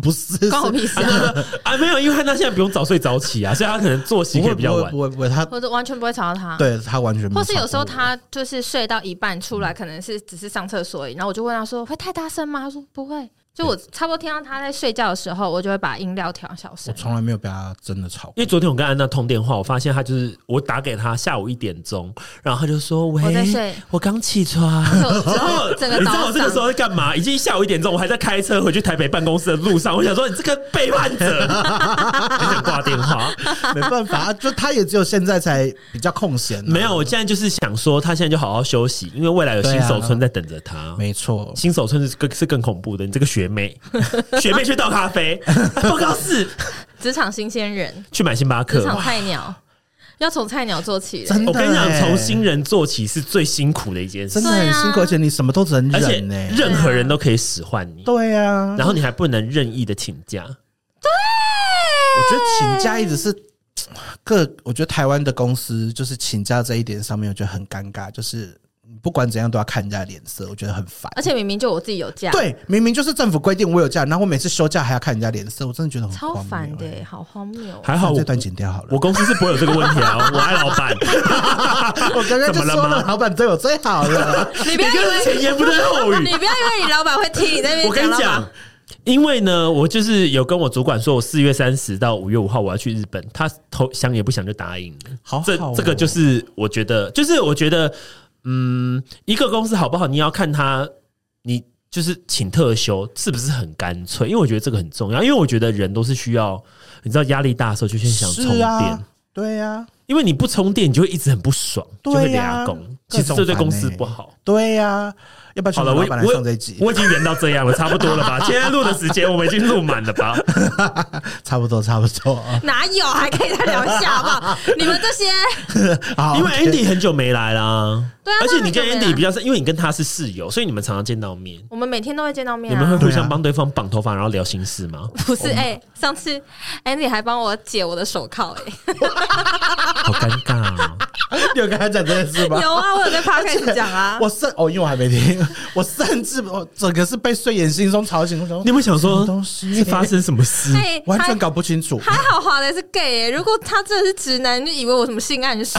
不是是
关我屁事 啊！
啊，没有，因为安娜现在不用早睡早起啊，所以她可能作息
不
可
会
以比较
不会
晚
不。会不会，他
我都完全不会吵到他。
对他完全没
或是有时候
吵过我
他就是睡到一半出
嗯
来，可能是只是上厕所而已，然后我就问他说：“会太大声吗？”他说：“不会。”就我差不多听到他在睡觉的时候，我就会把音量调小
我
声。
从来没有被他真的吵过。
因为昨天我跟安娜通电话，我发现她就是我打给她下午一点钟，然后她就说：“喂，
在睡
我刚起床。”
就我整
然后
个整个
你知道我
早
这个时
上
候在干嘛？已经下午一点钟，我还在开车回去台北办公室的路 上。我想说，你这个背叛者，很想挂电话。
没办法，就他也只有现在才比较空闲 啊、
没有，我现在就是想说，他现在就好好休息，因为未来有新手村在等着他。
没错，
新手村是更是更恐怖的，你这个学 妹，学妹去倒咖 啡，报告室
职场新鲜人，
去买星巴克
职。场菜鸟，要从菜鸟做起的。
真的、
我跟你讲，
欸
从新人做起是最辛苦的一件事
真，的很辛苦，
对啊
而且你什么都只能
而且
忍呢、欸
任何人都欸可以使唤你，
对啊，
然后你还不能任意的请假。
我觉得请假一直是各，我觉得台湾的公司就是请假这一点上面，我觉得很尴尬，就是你不管怎样都要看人家脸色，我觉得很烦。
而且明明就我自己有假，
对，明明就是政府规定我有假，然后我每次休假还要看人家脸色，我真的觉得很
超烦的
荒谬欸。
欸，好荒谬哦。
还好
把
我
这段剪掉好了。
我公司是不会有这个问题啊，我爱老 板。
我刚刚就
怎么了
说
吗
了，老板对我最 好了。
你不要以
前
为
言不对后语
你。不要以为你老板会听你在那
我跟
边
你
老
讲
板，，
因为呢，我就是有跟我主管说，我四月三十到五月五号我要去日本，他头想也不想就答应了。
好好
这
哦
这个就是我觉得，就是我觉得，嗯，一个公司好不好，你要看他，你就是请特休是不是很干脆？因为我觉得这个很重要，因为我觉得人都是需要，你知道压力大的时候就先想充
是
电。
啊，对呀，因
因为你不充电，你就会一直很不爽，就会
对呀
俩拱。
各
其实
种
这对
烦
公司
欸
不好。
对呀，要不然
好
全部
了，我
老板来上这一
我
集，
我已经圆到这样了，差不多了 吧？今天录的时间我们已经录满了吧？
差不多差不多。
哪有啊还可以再聊一下好不好？你们这些
好，
因为
OK
Andy 很久没来啦，
对啊
而且你
当
跟
然很久没
Andy
来
比较是，因为你跟他是室友，所以你们常常见到面。
我们每天都会见到面
你们会
啊。
互相帮对方绑头发，然后聊心事
啊
吗？
不是哎、上次 Andy 还帮我解我的手铐 哎、
好尴尬啊！
你有跟他讲这件事吗？
有啊，我有在 podcast 讲啊。
我甚哦，因为我还没听， 我甚至我整个是被睡眼惺忪吵醒。我说
你有没有想
什
说
么东西
是发生什么事？
哎、
完全
还
搞不清楚，
还好华的是 gay，、欸、如果他真的是直男，就以为我什么性暗示、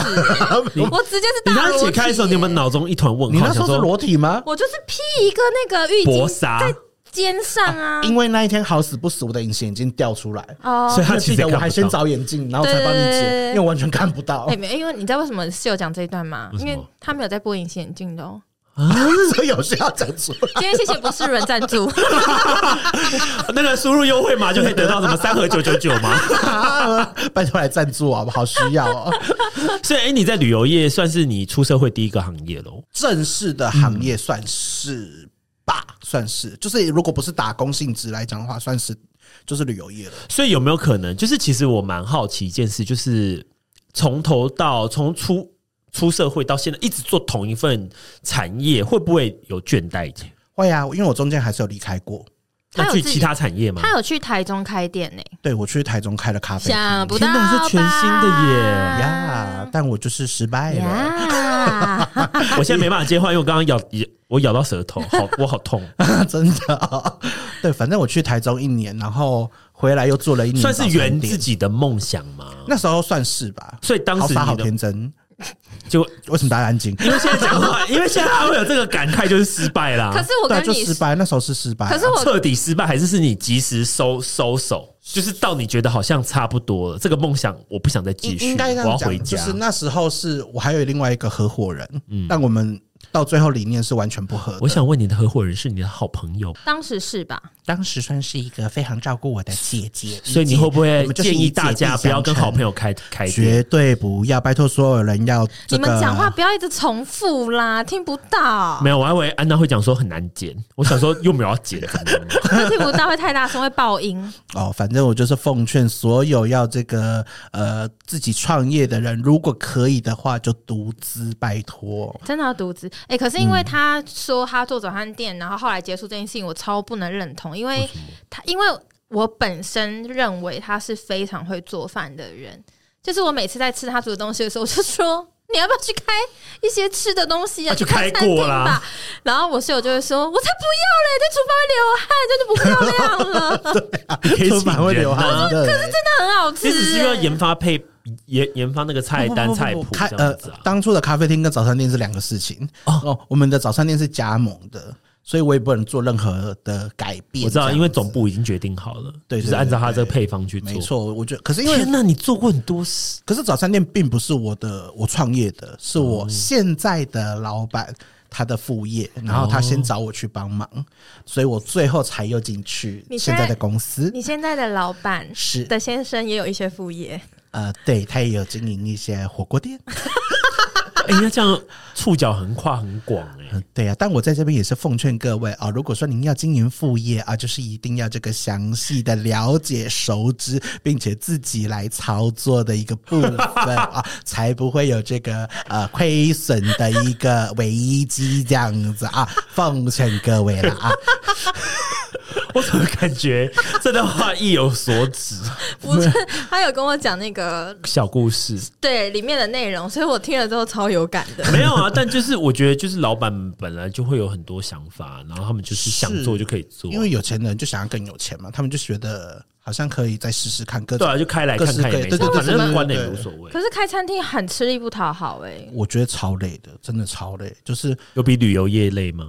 欸，我直接是
你
大
刚刚
裸
解
体、
开的时候，你有没有
欸
脑中一团问
你
号？
那时
想
候是
说
裸体吗？
我就是披一个那个浴
薄
巾
纱，
在肩上啊，
因为那一天好死不死，我的隐形眼镜掉出来，
哦
所以他
我
其
记
实
得
看不到
我还先 找眼镜，然后才帮你
对对对
解
对，
因为我完全看不到
哎、，没有，因为你知道为什么是有讲这一段吗？
为什
因
么
为他没有在播隐形眼镜的哦。
所以有需要讲出来。
今天谢谢博士伦赞助，
那个输入优惠码就可以得到什么三盒九九九吗？
拜托来赞助好不好？需 要哦。
所以，哎，你在旅游业算是你出社会第一个行业喽。
正式的行业算是吧，算是，就是如果不是打工性质来讲的话，算是就是旅游业了。
所以有没有可能，就是其实我蛮好奇一件事，就是从头到从出出社会到现在，一直做同一份产业，会不会有倦怠？
会啊，因为我中间还是有离开过。
他
那
有
去
自己
其他产业吗？
他有去台中开店呢、
对我去台中开了咖啡厅
想不到
天哪是全新的耶
呀，但我就是失败
耶！
了。
呀，
我现在没办法接话，因为我刚刚咬我咬到舌头，好， 我好 痛，嗯
真的、对，反正我去台中一年，然后回来又做了一年，
算是圆自
点。
己的梦想吗？
那时候算是吧，
所以当时
好傻好
你的
天真，
结果
为什么大家安静？
因为现在讲 话，因为现在他会有这个感慨，就是失败啦。
可是我
对啊，
跟
就
你
失，败，那时候是失败啊。
可是 我
彻底失败，还是是你及时收收手，就是到你觉得好像差不多了，这个梦想我不想再继
应
续，
应该这
我要
样
回
讲，就
家。嗯
是那时候是我还有另外一个合伙人，但我们到最后理念是完全不合的。
我想问你的合伙人是你的好朋友，
当时是吧？
当时算是一个非常照顾我的姐姐，
所以你
一姐
会不
我
会
们就是
建议
一姐
大
弟
家
相
不要跟
称
好朋友开开店？
绝对不要，拜托所有人要、这
你
个啊
们讲话不要一直重复啦，听不到
没，有，我还以为安娜会讲说很难剪，我想说又没有要剪，怎么了吗
听不到会太大声，会爆音。
哦。反正我就是奉劝所有要这个呃自己创业的人，如果可以的话，就独资，拜托。
真的要独资哎，可是因为
嗯
他说他做早餐店，然后后来结束这件事情，我超不能认同，因为他因为我本身认为他是非常会做饭的人，就是我每次在吃他煮的东西的时候，我就说。你要不要去开一些吃的东西啊？
啊就
开
开
餐厅
过啦
吧。然后我室友就会说：“我才不要嘞，在厨房流汗，这就不漂亮了。
你可以
出
请
版会
人
流
啊
汗 的，
那很好吃、
你只是
欸
要研发配研研发那个菜单
不不不不
菜谱
开
这
呃
样子啊，。
当初的咖啡厅跟早餐店是两个事情
哦
哦。我们的早餐店是加盟的，所以我也不能做任何的改变。
我知道，
这样子
因为总部已经决定好了，
对对
就是按照他这个配方去做。
没，错，我觉得可是因为
天哪，你做过很多事，
可是早餐店并不是我的，我创业的，是我现在的老板他的副业，然后他先找我去帮忙，所以我最后才又进去
你
现
现在
在的公司。
你现在的老板
是
的先生也有一些副业，
呃，对他也有经营一些火锅店，
哎，那这样触角很跨很广哎。
嗯，对啊。但我在这边也是奉劝各位啊、如果说您要经营副业啊，就是一定要这个详细的了解、熟知，并且自己来操作的一个部分啊，才不会有这个呃亏损的一个危机这样子啊。奉劝各位了 啊。
我怎么感觉这段话意有所指？
不是他有跟我讲那个
小故事
对里面的内容，所以我听了之后超有感的。
没有啊，但就是我觉得，就是老板们本来就会有很多想法，然后他们就是想做就可以做，
因为有钱人就想要更有钱嘛，他们就觉得好像可以再试试看各
对
种。
啊，就开来看看也没
各式
差，
各
反
对对对
正关了
对
也
对
无所谓，
可是开餐厅很吃力不讨好哎、
我觉得超累的，真的超累。就是
有比旅游业累吗？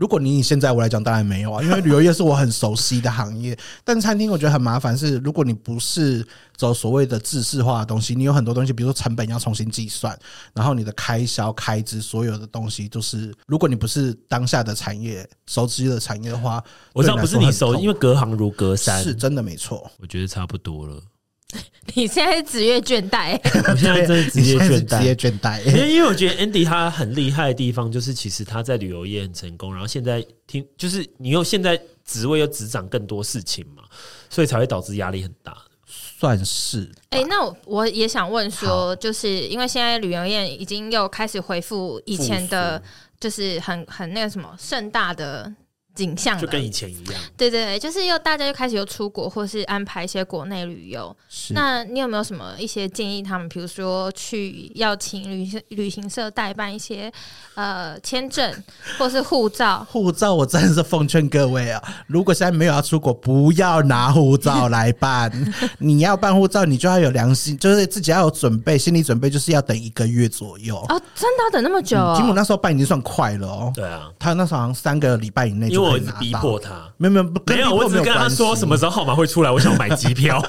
如果你以现在我来讲，当然没有啊，因为旅游业是我很熟悉的行业。但餐厅我觉得很麻烦，是如果你不是走所谓的制式化的东西，你有很多东西，比如说成本要重新计算，然后你的开销、开支所有的东西，就是如果你不是当下的产业熟知的产业的话，
我知道不是你熟，因
为
为隔行如隔山，
是真的没错。
我觉得差不多 了。
你现在是职业倦 怠、欸，
我现在真的职
你
业
现在是
倦
职业
怠。
倦怠，哎
因为因为我觉得 Andy 他很厉害的地方，就是其实他在旅游业很成功，然后现在听就是你又现在职位又执掌更多事情嘛，所以才会导致压力很大。
算是
哎、那我我也想问说，就是因为现在旅游业已经又开始恢复以前的，就是很很那个什么盛大的景象
就
了。
跟以前一样，
对对对，就是又大家又开始又出国，或是安排一些国内旅游。
是。，
那你有没有什么一些建议？他们比如说去要请旅行旅行社代办一些呃签证或是护照
护照，我真的是奉劝各位啊，如果现在没有要出国，不要拿护照来办。你要办护照，你就要有良心，就是自己要有准备，心理准备就是要等一个月左右。
哦，真的要等那么久、哦？
听我那时候办已经算快了哦，
对啊，
他那时候好像三个礼拜以内
因为
就可
我
以
一直
拿
逼
到
迫，他。
没有没有，不跟
没有，啊
逼
我
迫
只是跟他
关系
说什么时候号码会出来，我想买机 票。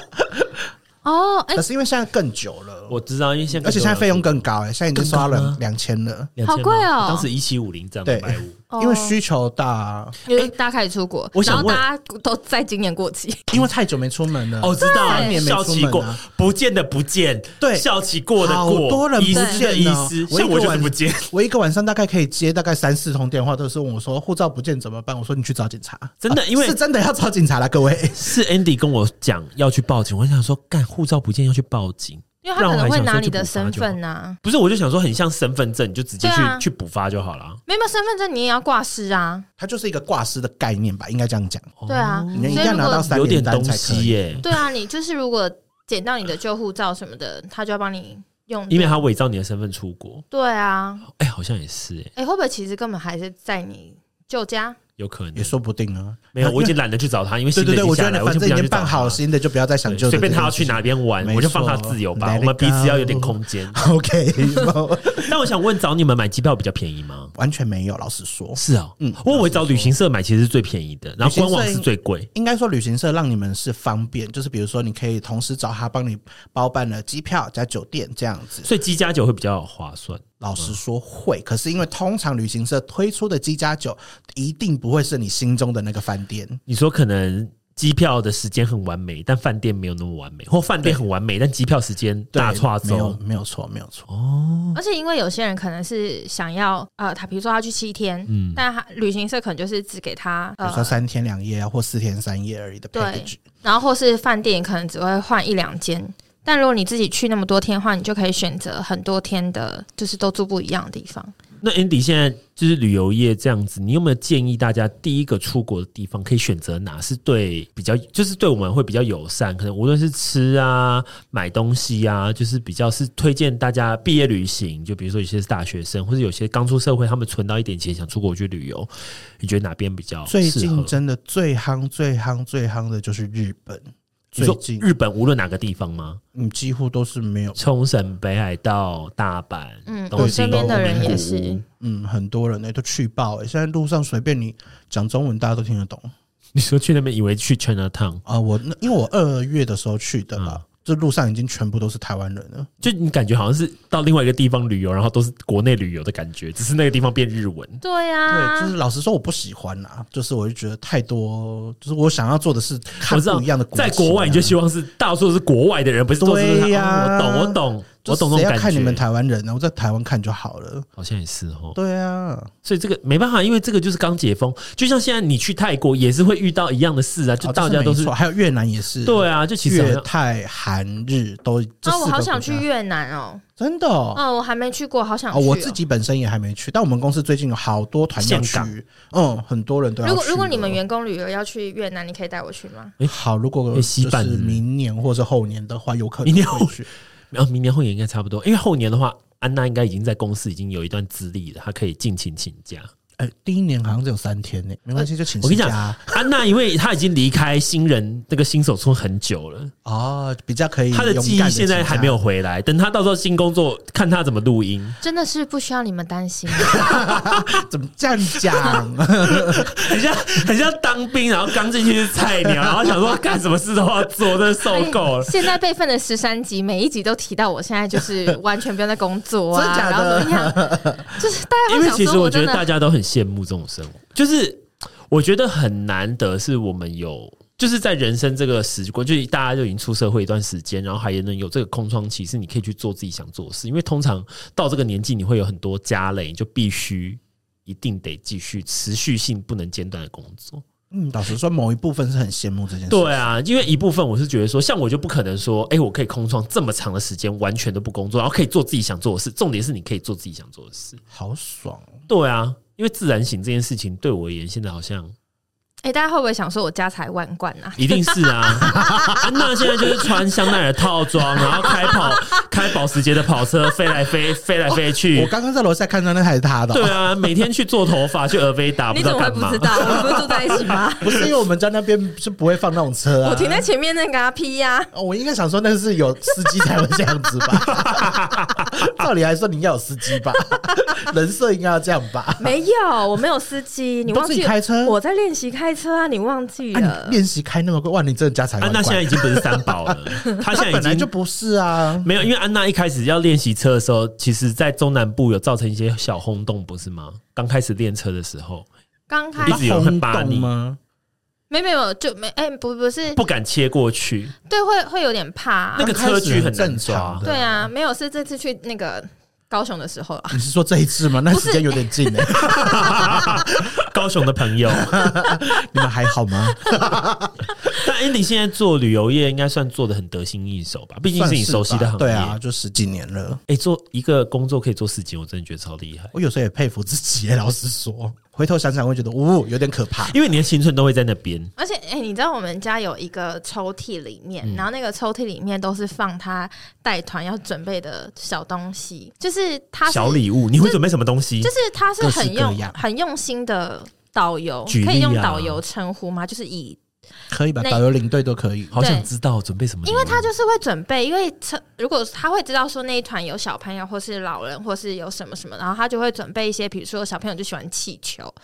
哦，哎、
可是因为现在更久了，
我知道，因为现在
而且现在费用更高哎、现在已经刷
更高
了
吗
两千了，
2000
好贵哦
当时一七五零涨
对
两百五，
哦
因为需求大啊，
因为大家开始出国，
我
然
想
后
问
大家都在今年过期，
因为太久没出门了。
哦，知道
三年没
校
出
期
门
过
啊，
不见的不见，
对
校期过的
好
过，
多人不
遗失的遗
见哦
失，
我一
像
个
我就是
晚
不见。
我一个晚上大概可以接大概三四通电话，都是问我说护照不见怎么办？我说你去找警察，
真的
啊
因为
是真的要找警察啦，各位。
是 Andy 跟我讲要去报警，我想说，干护照不见要去报警，
因为他
不
可
然我
能
还
会
想
拿
说
你
去
的
补发
身
就好
份啊呐、
不是，我就想说很像身份证，你就直接去、
对啊
去补发就好了。
没有没有身份证，你也要挂失啊，
它就是一个挂失的概念吧，应该这样讲。
哦
对啊，
你一
所
定
以
要
如
拿到
果
三
有点
联单
东
才可
西
以。
耶、
对啊，你就是如果捡到你的旧护照什么的，他就要帮你用，
因为他伪造你的身份出国。
对啊，
哎、好像也是哎、
哎、会不会其实根本还是在你旧家？
有可能
也说不定啊。
没有，我已经懒得去找他， 因为新
对
的
对对，
已经
我觉
下来，
得
我
反
就不
正已
想去
经
找
办好
他
新的，就不要再想旧
对
的。
随便他要去哪边玩，
没
我就放他
错
自由吧。
let
我们
it
彼此要有点
go
空间。
？OK，
但我想问，找你们买机票比较便宜吗？
完全没有。老实说，
是啊，嗯，我以为找旅行社买其实是最便宜的，然后官网是最贵。
应该说旅行社让你们是方便，就是比如说你可以同时找他帮你包办了机票加酒店这样子。
所以机加酒会比较划算，
老实说会，可是因为通常旅行社推出的机加酒一定不会是你心中的那个饭店。
你说可能机票的时间很完美，但饭店没有那么完美，或饭店很完美，但机票时间
对
大啊差
没有
走。
没有错，没有错。
嗯
而且因为有些人可能是想要呃，他比如说他去七天，但他旅行社可能就是只给他
比如说
呃，
三天两夜啊，或四天三夜而已的
对
package。
然后或是饭店可能只会换一两间。但如果你自己去那么多天的话，你就可以选择很多天的，就是都住不一样的地方。
那 Andy 现在就是旅游业这样子，你有没有建议大家第一个出国的地方可以选择哪是对比较，就是对我们会比较友善？可能无论是吃啊、买东西啊，就是比较是推荐大家毕业旅行，就比如说有些是大学生，或者有些刚出社会，他们存到一点钱想出国去旅游，你觉得哪边比较
最
适合
近真的最夯、最夯、最夯的就是日本。
你
最
说
近，
日本无论哪个地方吗？
嗯，几乎都是没有，
冲绳、北海道、大阪，
嗯
东
我
京
身边的人
名古
也
屋
是。
嗯，很多人呢、都去爆、欸。现在路上随便你讲中文，大家都听得懂
你说去那边以为去 China Town，
啊、我那因为我二月的时候去的
嗯
啦，这路上已经全部都是台湾人了。
就你感觉好像是到另外一个地方旅游，然后都是国内旅游的感觉，只是那个地方变日文。
对啊呀、
啊
对，就是老实说，我不喜欢啦，就是我就觉得太多，就是我想要做的是
我
看
知道
不一样的，啊
在国外你就希望是到处都是国外的人，不是都是
对呀
我懂，我懂，我懂那
谁
种
要
感觉。
看你们台湾人呢？我在台湾看就好了。
好像也是哦，
对啊，
所以这个没办法，因为这个就是刚解封，就像现在你去泰国也是会遇到一样的事啊，就
哦
大家
这
都
没
是
错还有越南也是，
对啊，就其实好
越
像
泰韩日都
啊，
这四
我
个
好
国
想
家
去，越南哦，
真的哦。
哦，我还没去过，好想去、
哦我自。己本身也还没去，但我们公司最近有好多团要
岘港
去，嗯，很多人都要去
如
了。
果如果你们员工旅游要去越南，你可以带我去吗？
好，如果
诶西
就
半
是明年或是后年的话，有可能
明年
会
后
去。
然后明年后年应该差不多，因为后年的话，安娜应该已经在公司已经有一段资历了，她可以尽情请假。
哎，第一年好像只有三天呢，没关系，就请
呃我跟你
事
讲
假啊，
安娜因为她已经离开新人那个新手村很久了，
哦，比较可以。
她的记忆现在还没有，回来，等她到时候新工作，看她怎么录音。
真的是不需要你们担 心。
怎么这样讲？
很像很像当兵，然后刚进去是菜鸟，然后想说干什么事都要做，真的受
啊
够了。
现在备份的十三集，每一集都提到我现在就是完全不用在工作啊，
真假
然后
的
怎么样，就是大家
因
会
为
想
其实
说
我觉
真
得
的
大家都很羡慕这种生活，就是我觉得很难得是我们有。就是在人生这个时光，就是大家就已经出社会一段时间，然后还能有这个空窗期，是你可以去做自己想做的事。因为通常到这个年纪，你会有很多家累，你就必须一定得继续持续性不能间断的工作。
嗯，老实说，某一部分是很羡慕这件事。
对啊，因为一部分我是觉得说，像我就不可能说，哎、我可以空窗这么长的时间完全都不工作，然后可以做自己想做的事。重点是你可以做自己想做的事。
好爽哦。
对啊，因为自然醒这件事情对我而言，现在好像
哎、大家会不会想说我家财万贯啊？
一定是 啊。安娜现在就是穿香奈儿套装，然后开跑 开保时捷的跑车，飞来飞飞来飞
我
去。
刚刚在楼下看到那台是他的哦、
对啊，每天去做头发，去俄菲啊达，不
你
知
怎
道
么会
干
不
嘛
知。道？我们不是住在一起 吗？
不是因为我们家那边是不会放那种车啊。
我停在前面那个啊 P 呀、
哦，我应该想说那是有司机才会这样子吧？ 照理来说你应该有司机吧？ 人设应该要这样吧？
没有，我没有司机，你
都
忘
自己
记
开车
我在练习开车啊，你忘记
啊，
了
你？练习开那么贵，哇，你真的家财
安
万
娜
贯。
啊现在已经不是三宝 了，她现在已
本来
经
就不是啊。
没有，因为安娜一开始要练习车的时候，其实在中南部有造成一些小轰动，不是吗？刚开始练车的时候，
刚开
一直有人会扒你
轰动吗？
没没有就没哎、不不是
不敢切过 去，
对会会有点怕、啊
那个车距很
刚开始很
难
正
抓
常。的
对啊，没有是这次去那个高雄的时候啊，
你是说这一次吗？那时间有点 近哎、
高雄的朋友，
你们还好吗？
但 Andy 现在做旅游业应该算做的很得心应手吧？毕竟是你熟悉的行
算
业。
是吧对啊，，就十几年了。
哎、做一个工作可以做四级，我真的觉得超厉害。
我有时候也佩服自己、欸，老实说，回头想想会觉得，呜、有点可怕。
因为你的青春都会在那边，
而且哎、你知道我们家有一个抽屉里面，然后那个抽屉里面都是放他带团要准备的小东西，就是他是
小礼物，你会准备什么东西
就？是他是
各式
很用
各样
很用心的导游
举例啊嗯
可以用导游称呼吗？就是以，
可以吧？
那
导游领队都可以。
好想
对
知道准备什么礼物，
因为他就是会准备，因为车如果他会知道说那一团有小朋友或是老人或是有什么什么，然后他就会准备一些，比如说小朋友就喜欢气球，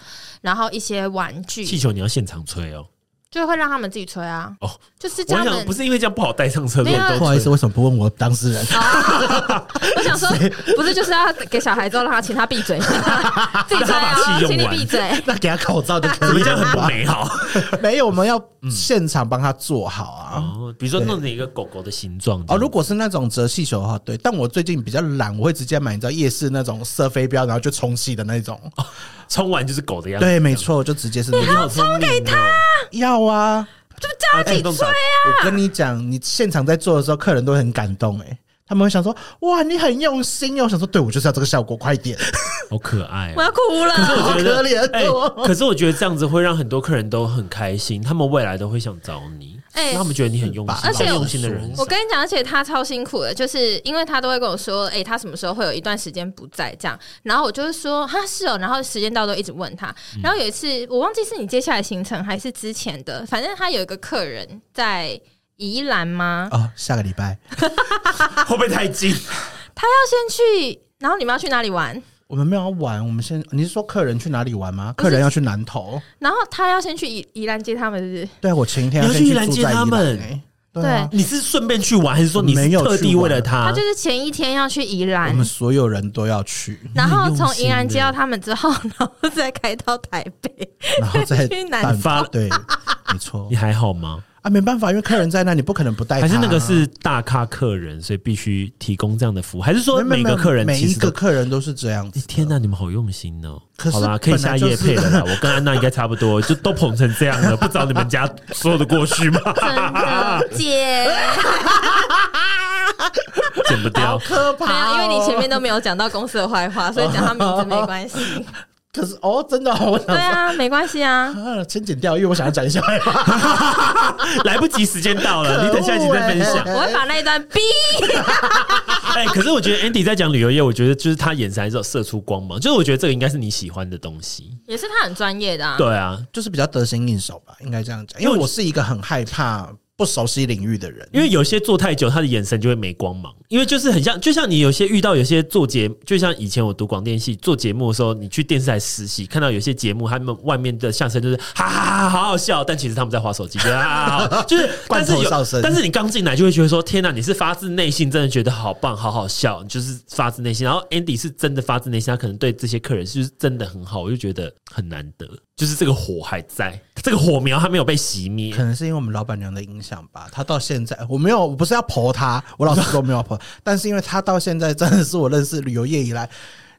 然后一些玩具，
气球你要现场吹哦。
就会让他们自己吹啊。
哦，
就是叫
我
他
想
们
不是因为这样不好带上车，
没有
乱
啊
斗
不好意思，
吹
为什么不问我当事人？
我想说，不是就是要给小孩之后让他请他闭嘴， 自己吹
让他
啊
把气，用
请你
完
闭嘴。
那给他口罩就可
怎么
以
这样很不
了。
美哦好？
没有，我们要现场帮他做好啊。
哦，比如说弄成一个狗狗的形状
哦，如果是那种折气球的话，对。但我最近比较懒，我会直接买你知道夜市那种射飞镖，然后就充气的那种。
冲完就是狗的样子，
对，没错，就直接是那
你
种。
好聪明哦，给他
要啊！
叫他吹 啊！
我跟你讲，你现场在做的时候，客人都会很感动哎、他们会想说：“哇，你很用心哦！”我想说：“对，我就是要这个效果，快点！
好可爱哦
我。要哭了。
我觉
好可
得
怜
哎
哦，
可是我觉得这样子会让很多客人都很开心，他们未来都会想找你，
哎
让他们觉得你很用心，
是
吧而且
劳
我
动性的人
我
生。
跟你讲，而且他超辛苦的，就是因为他都会跟我说，哎、他什么时候会有一段时间不在这样，然后我就是说他是哦，然后时间到都一直问他，
嗯
然后有一次我忘记是你接下来行程还是之前的，反正他有一个客人在宜兰吗？
哦，下个礼拜
会不会太近？
他要先去，然后你们要去哪里玩？
我们没有要玩，我们先你是说客人去哪里玩吗？客人要去南投，
然后他要先去宜宜兰接他们，是不是？
对啊，我前一天
你要
先
去宜
去
兰
住
接
在宜
他们
兰欸对啊
对
你是顺便去玩，还是说你是
没有去
特地为了
他
他
就？是前一天要去宜
啊我
兰
们，所有人都要 去，
然后从
你很用
宜
心
兰接
欸
到他们之后， 然后再开到台 北。
然后再
去南
办
发
法，对，没错
你还好吗？
啊，没办法，因为客人在那，你不可能不带他啊。
还是那个是大咖客人，所以必须提供这样的服务？还是说
没
每
有没有
个客人
每
其
一
实都
个？客人都是这样
哎
子？
天哪，你们好用心哦！
可是
好啦，可以下夜配了啦。我跟安娜应该差不多，就都捧成这样了，不找你们家说得过去 吗？
真的姐，
剪不掉。
可
没啊有，因为你前
哦
面都没有讲到公司的坏话，所以讲他名字没关系。
可是哦，真的哦，我
对
想
啊，没关系啊。
啊，先剪掉，因为我想要讲一下坏话。
来不及，时间到
可
了，
恶哎
你等下一集再分享。
我会把那一段逼。
哎、可是我觉得 Andy 在讲旅游业，我觉得就是他眼神还是有射出光芒，就是我觉得这个应该是你喜欢的东西。
也是他很专业的啊。
对啊，
就是比较得心应手吧，应该这样讲。因为我是一个很害怕不熟悉领域的人，
因为有些做太久，他的眼神就会没光芒，因为就是很像，就像你有些遇到有些做节，就像以前我读广电系做节目的时候，你去电视台实习，看到有些节目他们外面的相声就是哈哈哈哈好好笑，但其实他们在划手机，就是啊，好好就是但
罐
是
头
有
笑声
但是你刚进来就会觉得说天哪、你是发自内心真的觉得好棒，好好笑，你就是发自内心。然后 Andy 是真的发自内心，他可能对这些客人就是真的很好，我就觉得很难得，就是这个火还在，这个火苗还没有被熄灭
可。能是因为我们老板娘的影响吧。她到现在，我没有，我不是要婆她，我老实说没有婆，但是因为她到现在真的是我认识旅游业以来，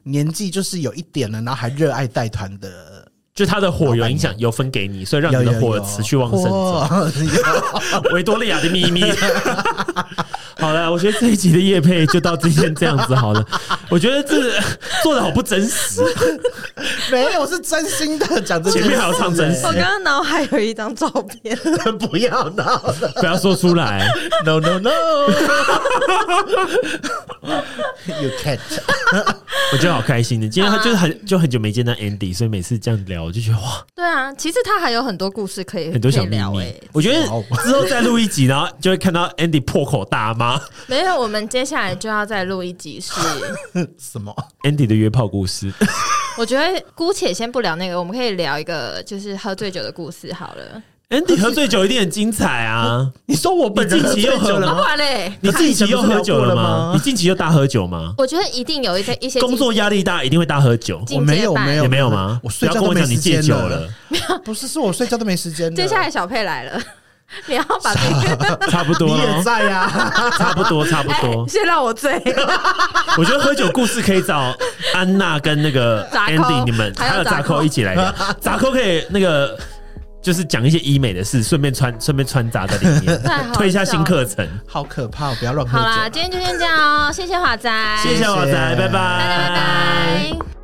年纪就是有一点了，然后还热爱带团的，
就它的火有影响，有分给你，所以让你的火持续旺盛着。
盛。
维多利亚的秘密。好了，我觉得这一集的夜配就到今天这样子好了。我觉得这 做的好不真实，
没有，我是真心的讲这件
前
事
面还要唱真实
我，刚刚脑海有一张照片，
不要闹了
不要说出来。
，no no no，you can't。
我觉得好开心的，今天他就是很就很久没见到 Andy，所以每次这样聊，我就觉得哇，
对啊，其实他还有很多故事可以
很多
可
小
以
秘
聊欸
密
诶。。
我觉得
哇哦
之后再录一集，然后就会看到 Andy 破口大骂
没有，我们接下来就要再录一集 是，
什么？
Andy 的约炮故事。
我觉得姑且先不聊那个，我们可以聊一个就是喝醉酒的故事好了。
Andy 喝醉酒一定很精彩啊！
你说我本人
你近期又喝了
啊
吗
不然嘞，
你近期又喝酒了
他以前不是聊过了
吗
吗？
你近期又大喝酒吗？
我觉得一定有一些一些
工作压力大一定会大喝 酒，
进
我没
境
有
界版
没有
也没有吗？
我睡
不要
觉
跟
都
我
没
讲你
时
戒
间
酒了，
不是，是我睡觉都没时间了。
接下来小佩来了，你要把这个
差不
你
多哦
也
咯，
在呀、啊，
差不多，差不 多。
先让我醉，哎
我觉得喝酒故事可以找安娜跟那个
杂扣
Andy 你们
还有
还有
杂
杂扣
扣
一起来聊， 杂扣可以那个。就是讲一些医美的事，顺便穿顺便穿杂在里面
太好笑，了
推一下新课程。
好可怕！不要乱喝
好
酒。啊
啦，今天就先这样哦，谢谢华仔，
谢谢华仔，
谢谢
拜拜，
大家拜拜。